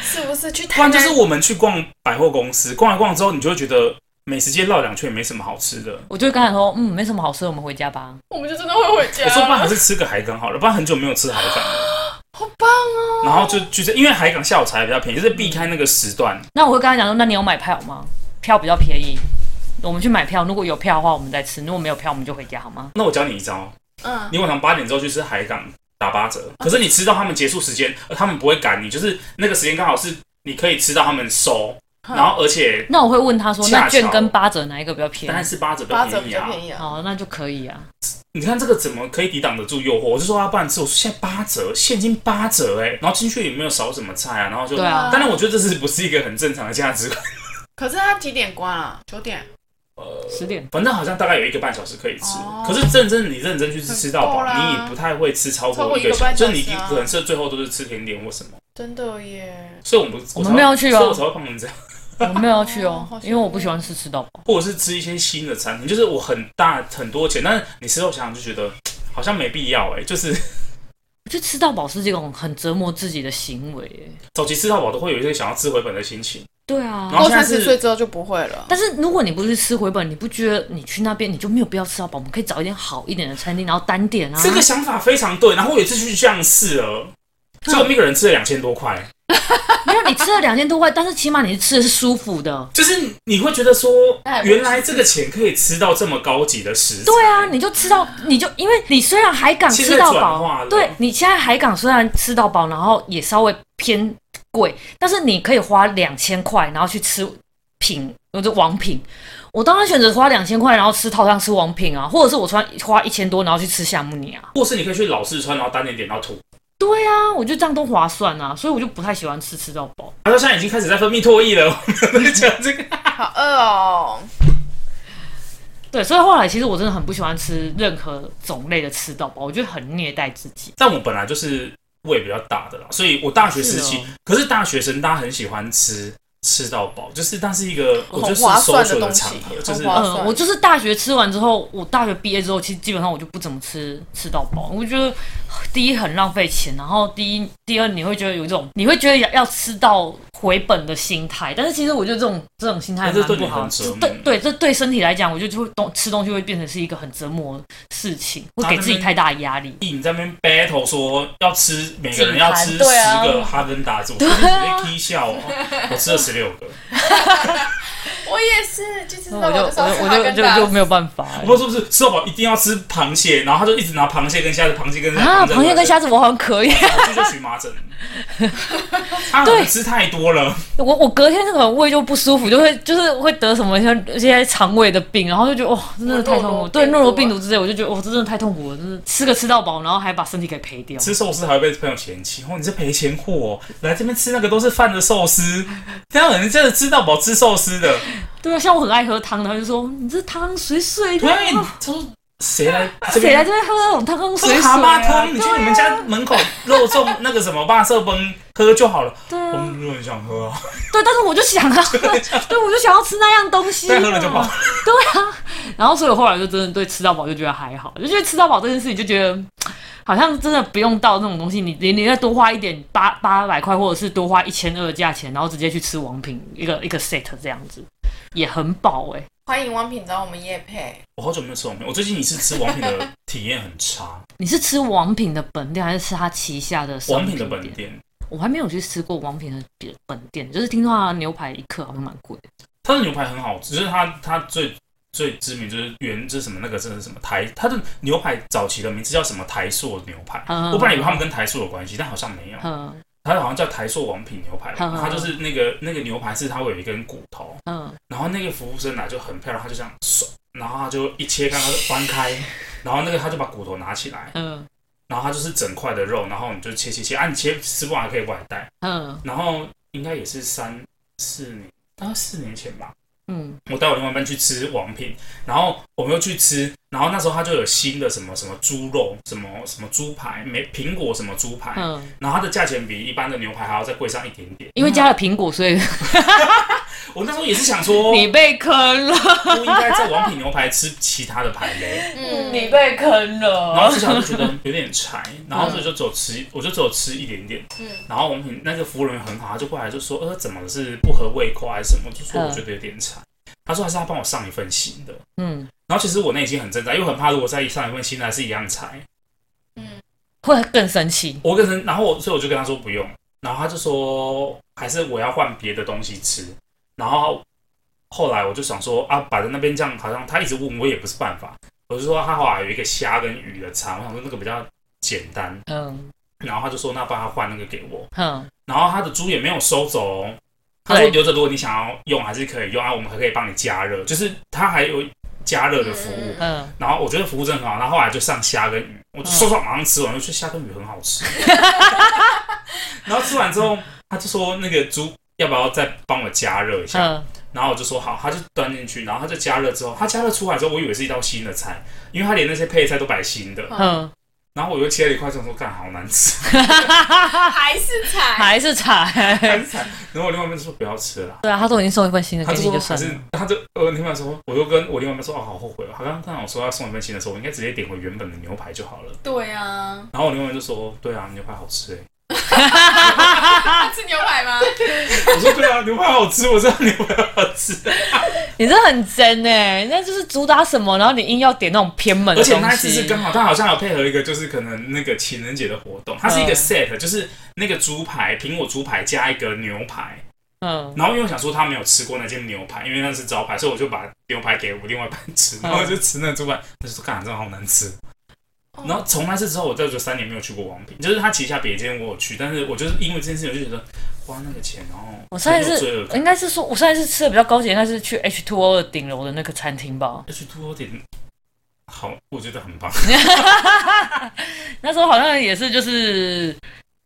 S3: 是不是去
S1: 不
S3: 台
S1: 然
S3: 南
S1: 就是我们去逛百货公司，逛一逛之后，你就会觉得美食街绕两圈也没什么好吃的。
S2: 我就跟他说，嗯，没什么好吃，我们回家吧。
S3: 我们就真的会回家
S1: 我
S3: 了。
S1: 说不然还是吃个海港好了，不然很久没有吃海港了，
S3: 好棒哦！
S1: 然后就去吃，因为海港下午茶也比较便宜，就是避开那个时段。
S2: 那我会跟他讲说，那你有买票吗？票比较便宜，我们去买票。如果有票的话，我们再吃；如果没有票，我们就回家，好吗？
S1: 那我教你一招，
S3: 嗯，
S1: 你晚上八点之后去吃海港打八折，可是你吃到他们结束时间，呃他们不会赶你，就是那个时间刚好是你可以吃到他们收，
S3: 嗯
S1: 然后而且
S2: 那我会问他说，
S1: 恰巧
S2: 那券跟八折哪一个比较便
S1: 当然
S2: 宜？
S1: 是八折比较
S3: 八折
S1: 便
S3: 比
S1: 宜
S3: 较
S1: 啊。
S3: 便宜啊。
S2: 哦，那就可以啊。
S1: 你看这个怎么可以抵挡得住诱惑？我就说啊要不然吃，我说现在八折，现金八折哎、然后进去也没有少什么菜啊，然后就。
S2: 对啊
S1: 当然，我觉得这是不是一个很正常的价
S2: <laughs>
S1: 值观？
S3: 可是它几点关啊？九点。
S2: 十点，
S1: 反正好像大概有一个半小时可以吃，
S3: 哦
S1: 可是真正你认真去吃吃到
S3: 很够
S1: 饱，
S3: 啦
S1: 你也不太会吃超
S3: 超
S1: 过
S3: 过
S1: 一个
S3: 一个半
S1: 小时，就是你
S3: 小时啊
S1: 可能是最后都是吃甜点或什么。
S3: 真的耶，
S1: 所以我们不
S2: 我们没有去哦
S1: 所以我才会胖成这样，
S2: 我没有要去哦
S3: 哦好，羡慕
S2: 因为我不喜欢吃吃到饱。
S1: 或者是吃一些新的餐品，就是我很大很多钱，但是你事后想想就觉得好像没必要哎、就是
S2: 我觉得吃到饱是这种很折磨自己的行为耶。
S1: 早期吃到饱都会有一些想要吃回本的心情，
S2: 对啊
S1: 然后
S3: 过
S1: 现在
S3: 哦三
S1: 是
S3: 十岁之后就不会了。
S2: 但是如果你不是吃回本，你不觉得你去那边你就没有必要吃到饱？我们可以找一点好一点的餐厅，然后单点啊。
S1: 这个想法非常对。然后我有一次去酱试了，所以我们一个人吃了两千多块，
S2: 没有，你吃了两千多块，但是起码你吃的是舒服的。
S1: 就是你会觉得说
S3: 那还，不如
S1: 原来这个钱可以吃到这么高级的食材。
S2: 对啊，你就吃到，你就因为你虽然海港吃到
S1: 现在转化
S2: 饱
S1: 了，
S2: 对你现在海港虽然吃到饱，然后也稍微偏贵，但是你可以花两千块，然后去吃品，或者王品。我当然选择花两千块，然后吃套餐吃王品啊，或者是我穿花一千多，然后去吃夏目尼啊。
S1: 或是你可以去老四川，然后单点点到吐。
S2: 对啊，我觉得这样都划算啊，所以我就不太喜欢吃吃到饱。
S1: 他说现在已经开始在分泌唾液了，我们讲这个。
S3: 好饿哦，
S2: 对，所以后来其实我真的很不喜欢吃任何种类的吃到饱，我觉得很虐待自己。
S1: 但我本来就是胃比较大的啦，所以我大学时期
S2: 是哦
S1: 可是大学生大家很喜欢吃吃到饱，就是但是一个我
S3: 很
S1: 觉得是
S3: 划
S1: 搜
S3: 算
S1: 索
S3: 的东西
S1: 场合，就是
S3: 很划
S2: 嗯，我就是大学吃完之后，我大学毕业之后，其实基本上我就不怎么吃吃到饱。我觉得第一很浪费钱，然后第一第二你会觉得有一种你会觉得要要吃到回本的心态，但是其实我觉得这种这种心态
S1: 但是
S2: 蛮
S1: 对
S2: 不
S1: 你
S2: 好，
S1: 很折
S2: 这
S1: 磨
S2: 对对，这对身体来讲，我觉得就会东吃东西会变成是一个很折磨的事情，
S1: 啊
S2: 会给自己太大的压力。
S1: 你在那边 battle 说要吃每个人要吃
S2: 几
S1: 十
S2: 盘对啊
S1: 个哈根达
S2: <laughs>
S1: 斯，我直接踢笑哦，我吃了十六个，
S3: 我也是，就知道
S2: 那我就
S3: 就
S2: 我就
S3: 是要吃
S2: 我
S3: 哈
S2: 就
S3: 根
S2: 就
S3: 达
S2: 就
S3: 斯
S2: 没有办法
S1: <laughs> 我不知道是不是吃到饱一定要吃螃蟹，然后他就一直拿螃蟹跟虾子，螃蟹跟
S2: 啊！螃蟹跟虾
S1: 子，
S2: 子我好像可以，
S1: 这就荨麻
S2: <laughs>
S1: 疹。他可能吃太多了，
S2: 我我隔天那个胃就不舒服，就会就是会得什么像一些肠胃的病，然后就觉得哇，哦真的太痛
S3: 诺
S2: 苦。
S3: 罗
S2: 对，
S3: 病毒
S2: 诺如病
S3: 啊
S2: 毒之类，我就觉得哦哇，这真的太痛苦了，真的吃个吃到饱，然后还把身体给赔掉。
S1: 吃寿司还会被朋友嫌弃，哦，你是赔钱货、哦，来这边吃那个都是饭的寿司，这样有人真的吃到饱吃寿司的。
S2: 对啊，像我很爱喝汤的，他就说你这汤水水的，啊
S1: 对，他说谁来这
S2: 谁来
S1: 边
S2: 这边喝那种汤汤
S1: 喝
S2: 水水、
S1: 蛤
S2: 啊？
S1: 蟆汤？你去你们家门口肉粽那个什么八色崩喝就好了。
S2: 对
S1: 我
S2: 啊，
S1: 们如果很想喝、啊，
S2: 对，但是我就想要喝， <laughs> 对，我就想要吃那样东西、啊。
S1: 再喝了就饱。
S2: 然后所以我后来就真的对吃到饱就觉得还好，就觉得吃到饱这件事情就觉得。好像真的不用到那种东西，你你你再多花一点八八百块，或者是多花一千二的价钱，然后直接去吃王品一个一个 set 这样子，也很饱哎、
S3: 欢迎王品找我们叶配，
S1: 我好久没有吃王品，我最近一次吃王品的体验很差。
S2: 你是吃王品的本店，还是吃他旗下的商
S1: 王品
S2: 品
S1: 的本
S2: 店？
S1: 店，
S2: 我还没有去吃过王品的别本店，就是听说他的牛排一克好像蛮贵的。
S1: 它的牛排很好吃，只是它它最最知名就是原这是什么那个这是什么台，它的牛排早期的名字叫什么台塑牛排。
S2: 嗯
S1: 我本来以为他们跟台塑有关系，但好像没有。
S2: 嗯
S1: 它好像叫台塑王品牛排，
S2: 嗯嗯
S1: 它就是那个那个牛排是它会有一根骨头，
S2: 嗯，
S1: 然后那个服务生啊来就很漂亮，他就这样手，然后他就一切开，他就翻开，然后那个他就把骨头拿起来，
S2: 嗯
S1: 然后它就是整块的肉，然后你就切切切，啊，你切吃不完可以外带，
S2: 嗯
S1: 然后应该也是三四年，大概四年前吧，
S2: 嗯，
S1: 我带我另外一半去吃王品，然后我们又去吃，然后那时候他就有新的什么什么猪肉，什么什么猪排，没苹果什么猪排，
S2: 嗯，
S1: 然后它的价钱比一般的牛排还要再贵上一点点。
S2: 因为加了苹果，所以
S1: 我那时候也是想说，
S2: <laughs> 你被坑了，
S1: 不应该在王品牛排吃其他的排嘞，
S3: 嗯，
S2: 你被坑了。
S1: 然后吃起来我就觉得有点柴，然后所以就只有
S2: 嗯
S1: 吃，我就只有吃一点点。
S3: 嗯
S1: 然后王品那个服务人员很好，他就过来就说，呃，怎么是不合胃口啊还是什么？就说我觉得有点柴。他说还是他帮我上一份新的。
S2: 嗯，
S1: 然后其实我内心很挣扎，因为我很怕如果再上一份新的还是一样菜，
S2: 会更生气。
S1: 我跟人，然后我所以我就跟他说不用，然后他就说还是我要换别的东西吃，然后后来我就想说啊，摆在那边这样好像他一直问我也不是办法，我就说他后来有一个虾跟鱼的餐，我想说那个比较简单，
S2: 嗯
S1: 然后他就说那帮他换那个给我，
S2: 哼，
S1: 然后他的猪也没有收走哦，他说
S2: 对
S1: 留着如果你想要用还是可以用啊，我们还可以帮你加热，就是他还有加热的服务。
S3: 嗯
S2: 嗯，
S1: 然后我觉得服务真的很好，然后后来就上虾跟鱼，我就收上马上吃完，我就觉得虾跟鱼很好吃。
S2: 嗯
S1: 然后吃完之后，他就说那个猪要不要再帮我加热一下？
S2: 嗯，
S1: 然后我就说好，他就端进去，然后他就加热之后，他加热出来之后，我以为是一道新的菜，因为他连那些配菜都摆新的。
S2: 嗯，
S1: 然后我又切了一块，想说干好难
S2: <laughs>
S1: 吃，
S3: 还是菜，
S2: 还
S1: <laughs>
S2: 是
S1: 太
S2: 惨。
S1: 惨。然后我另外一边说不要吃了啦。
S2: 对啊，他都已经送一份新的
S1: 他
S2: 给
S1: 就
S2: 你，
S1: 说
S2: 就
S1: 还
S2: 算
S1: 是
S2: 了。
S1: 他就呃，另外说，我就跟我另外一边说，哦，好后悔哦，好像刚刚我说要送一份新的时候，我应该直接点回原本的牛排就好了。
S3: 对啊，
S1: 然后我另外一边就说，对啊，牛排好吃哎。
S3: 他吃牛排吗？
S1: 我说对啊，牛排好吃，我知道牛排好吃。
S2: 你这很真哎，人家就是主打什么，然后你硬要点那种偏门
S1: 而
S2: 的
S1: 且
S2: 东
S1: 那一次是
S2: 西。
S1: 刚好，他好像有配合一个，就是可能那个情人节的活动，它是一个
S2: 嗯
S1: set，、就是那个猪排、苹果猪排加一个牛排。
S2: 嗯，
S1: 然后因为我想说他没有吃过那间牛排，因为那是招牌，所以我就把牛排给我另外一半吃，然后就吃那猪排，他就说干，真的好难吃。
S2: 哦
S1: 然后从那次之后，我再就三年没有去过王品，就是他旗下别间我有去，但是我就是因为这件事情，我就觉得花那个钱，然后
S2: 我上一
S1: 很有
S2: 次
S1: 罪恶感
S2: 应该是说，我上一次吃的比较高级，应该是去 H Two O 的顶楼的那个餐厅吧。 <laughs>
S1: H two O 点好，我觉得很棒。
S2: 那时候好像也是就是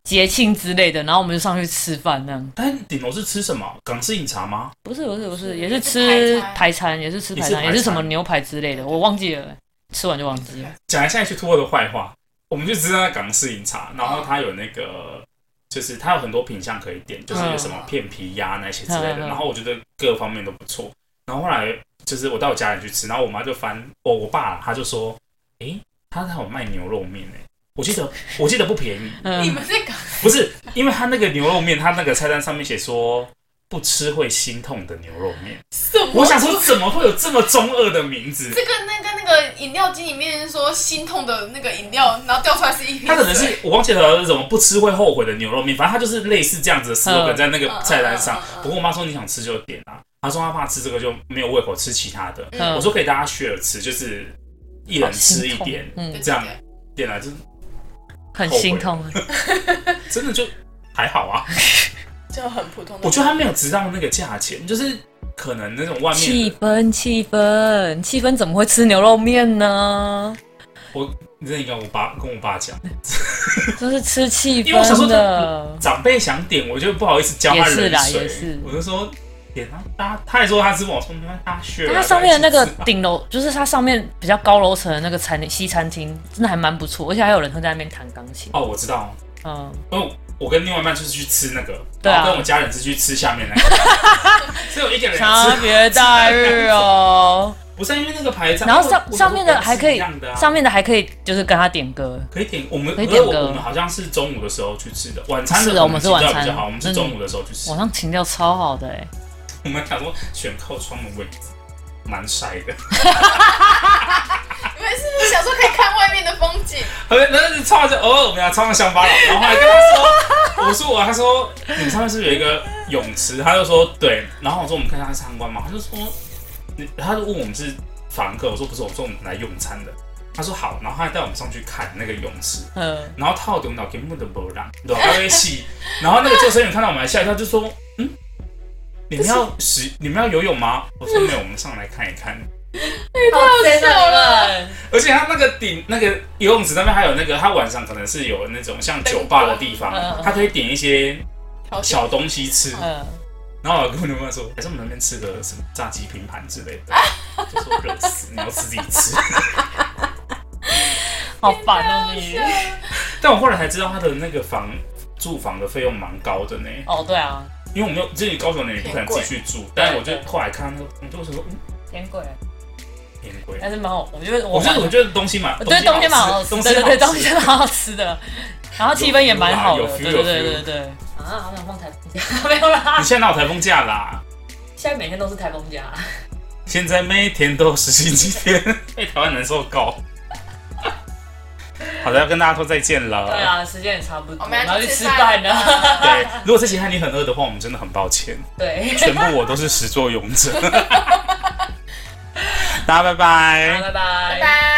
S2: 节庆之类的，然后我们就上去吃饭那样。
S1: 但顶楼是吃什么？港式饮茶吗？
S2: 不是不是不
S3: 是
S2: 是，也是
S3: 是
S2: 吃
S3: 排
S2: 排餐，也是吃
S1: 也
S2: 排
S1: 是
S2: 餐，
S1: 排
S2: 也是什么
S1: 餐
S2: 牛排之类的，我忘记了，吃完就忘记了。
S1: 讲一下去托的坏话，我们就知道那港式饮茶，然后它有那个，就是它有很多品相可以点，就是有什么片皮鸭那些之类
S2: 嗯
S1: 的。
S2: 嗯
S1: 然后我觉得各方面都不错。然后后来就是我带我家人去吃，然后我妈就翻，哦，我爸啦他就说，诶，他他有卖牛肉面诶，我记
S2: <laughs>
S1: 得我记得不便宜，
S3: 你
S2: 嗯
S3: 们在搞
S1: 不是因为他那个牛肉面，他那个菜单上面写说不吃会心痛的牛肉面，
S3: 什么？
S1: 我想说怎么会有这么中二的名字？
S3: 这个那个那个饮料机里面说心痛的那个饮料，然后掉出来是一瓶水，
S1: 他可能是我忘记了是什么不吃会后悔的牛肉面，反正他就是类似这样子的 slogan 在那个菜单上
S3: 嗯嗯嗯嗯。嗯
S1: 不过我妈说你想吃就点啊，她说她怕吃这个就没有胃口吃其他的。
S2: 嗯
S1: 我说可以大家 share 吃，就是一人吃一点，
S2: 嗯
S3: 对，
S1: 这样点啊来就
S2: 很
S1: 后悔
S2: 心痛。
S1: 真的就还好啊。
S3: 就很普通的。
S1: 我觉得他没有值到那个价钱，就是可能那种外
S2: 气
S1: 面
S2: 氛气氛气氛怎么会吃牛肉面呢？
S1: 你真的应该我爸跟我爸讲，
S2: 就是吃气
S1: 因为我想说
S2: 氛的。
S1: 长辈想点，我就不好意思教他
S2: 也是
S1: 冷
S2: 啦
S1: 水
S2: 也是，
S1: 我就说点啊，大家他还说他吃不好，我说没关系大家 share 啊。
S2: 它上面的那
S1: 大家
S2: 个
S1: 一起吃啊
S2: 顶楼，就是它上面比较高楼层的那个餐厅西餐厅，真的还蛮不错，而且还有人会在那边弹钢琴。
S1: 哦，我知道。
S2: 嗯，
S1: 因为哦我跟另外一半就是去吃那个，
S2: 对啊
S1: 然后跟我
S2: <laughs>
S1: 家人是去吃下面那个，所以我一个人吃。 <laughs>
S2: 差别待遇哦。
S1: 不是啊因为那个牌子，
S2: 然后上
S1: 我我
S2: 上面的还可
S1: 是一
S2: 以
S1: 样的、啊，
S2: 上面的还可以就是跟他点歌，
S1: 可以点我们，
S2: 可以点
S1: 我
S2: 歌
S1: 我们好像是中午的时候去吃的，晚餐的
S2: 是
S1: 时
S2: 的
S1: 候
S2: 我们是晚餐嗯
S1: 比较好，我们是
S2: 真的
S1: 中午的时候去吃
S2: 晚。上情调超好的哎、
S1: 我们想说选靠窗的位置，蛮晒的。
S3: 你们是不是想说可以看外面的风景？
S1: 后来那超上就哦，我们俩超上乡巴佬，然后后来跟他说，我说我，他说你上面是不是有一个泳池，他就说对，然后我说我们可以让他参观嘛，他就说你，他就问我们是房客，我说不是，我说我们来用餐的，他说好，然后他还带我们上去看那个泳池，
S2: 嗯，
S1: 然后他有领导根本都不让，老高会洗，然后那个救生员看到我们还吓一跳，就说：“嗯，你们要洗，你们要游泳吗？”我说：“没有，我们上来看一看。
S2: 太
S3: 好笑了！”
S1: 而且他那个顶那个游泳池那边还有那个，他晚上可能是有那种像酒吧的地方
S2: 灯光嗯，
S1: 他可以点一些
S3: 好笑
S1: 小东西吃。
S2: 嗯，
S1: 然后我跟我女朋友说：“还是我们那边吃个什么炸鸡拼盘之类的。”就说热死，你要吃自己吃。
S2: <laughs>
S1: <laughs>
S2: 好烦哦你。
S1: 但我后来才知道他的那个房住房的费用蛮高的呢。
S2: 哦，对啊，
S1: 因为我没有自己高雄人也不可能自己去住，但是我就后来看到那个，我就想说，嗯，
S2: 偏贵，
S1: 偏贵。
S2: 但是蛮好，我觉得我
S1: 我觉得我
S2: 我
S1: 觉得东西蛮，
S2: 觉得冬天蛮好
S1: 好
S2: 吃，
S1: 东西
S2: 对对对，冬
S1: 好吃
S2: 天蛮好吃的，然后气氛也蛮好
S1: 有
S2: 的，
S1: feel
S2: 对
S1: 有
S2: 对
S1: feel
S2: 对对对。啊，好想放台风假， <laughs> 没有啦
S1: 你，现在哪有台风假啦？
S2: 现在每天都是台风假。
S1: 现在每天都是星期天， <laughs> 被台湾人受 <laughs> 够。好的，要跟大家说再见了。
S2: 对啊，时间也差不多，
S3: 我们
S2: 然后
S3: 要
S2: 去
S3: 去
S2: 吃
S3: 吃
S2: 饭啊
S3: 饭了
S2: 了。
S1: 对，如果这期害你很饿的话，我们真的很抱歉，
S2: <laughs> 对，
S1: 全部我都 <laughs> 是始作俑者。大家拜拜
S2: 好，拜拜，
S3: 拜拜。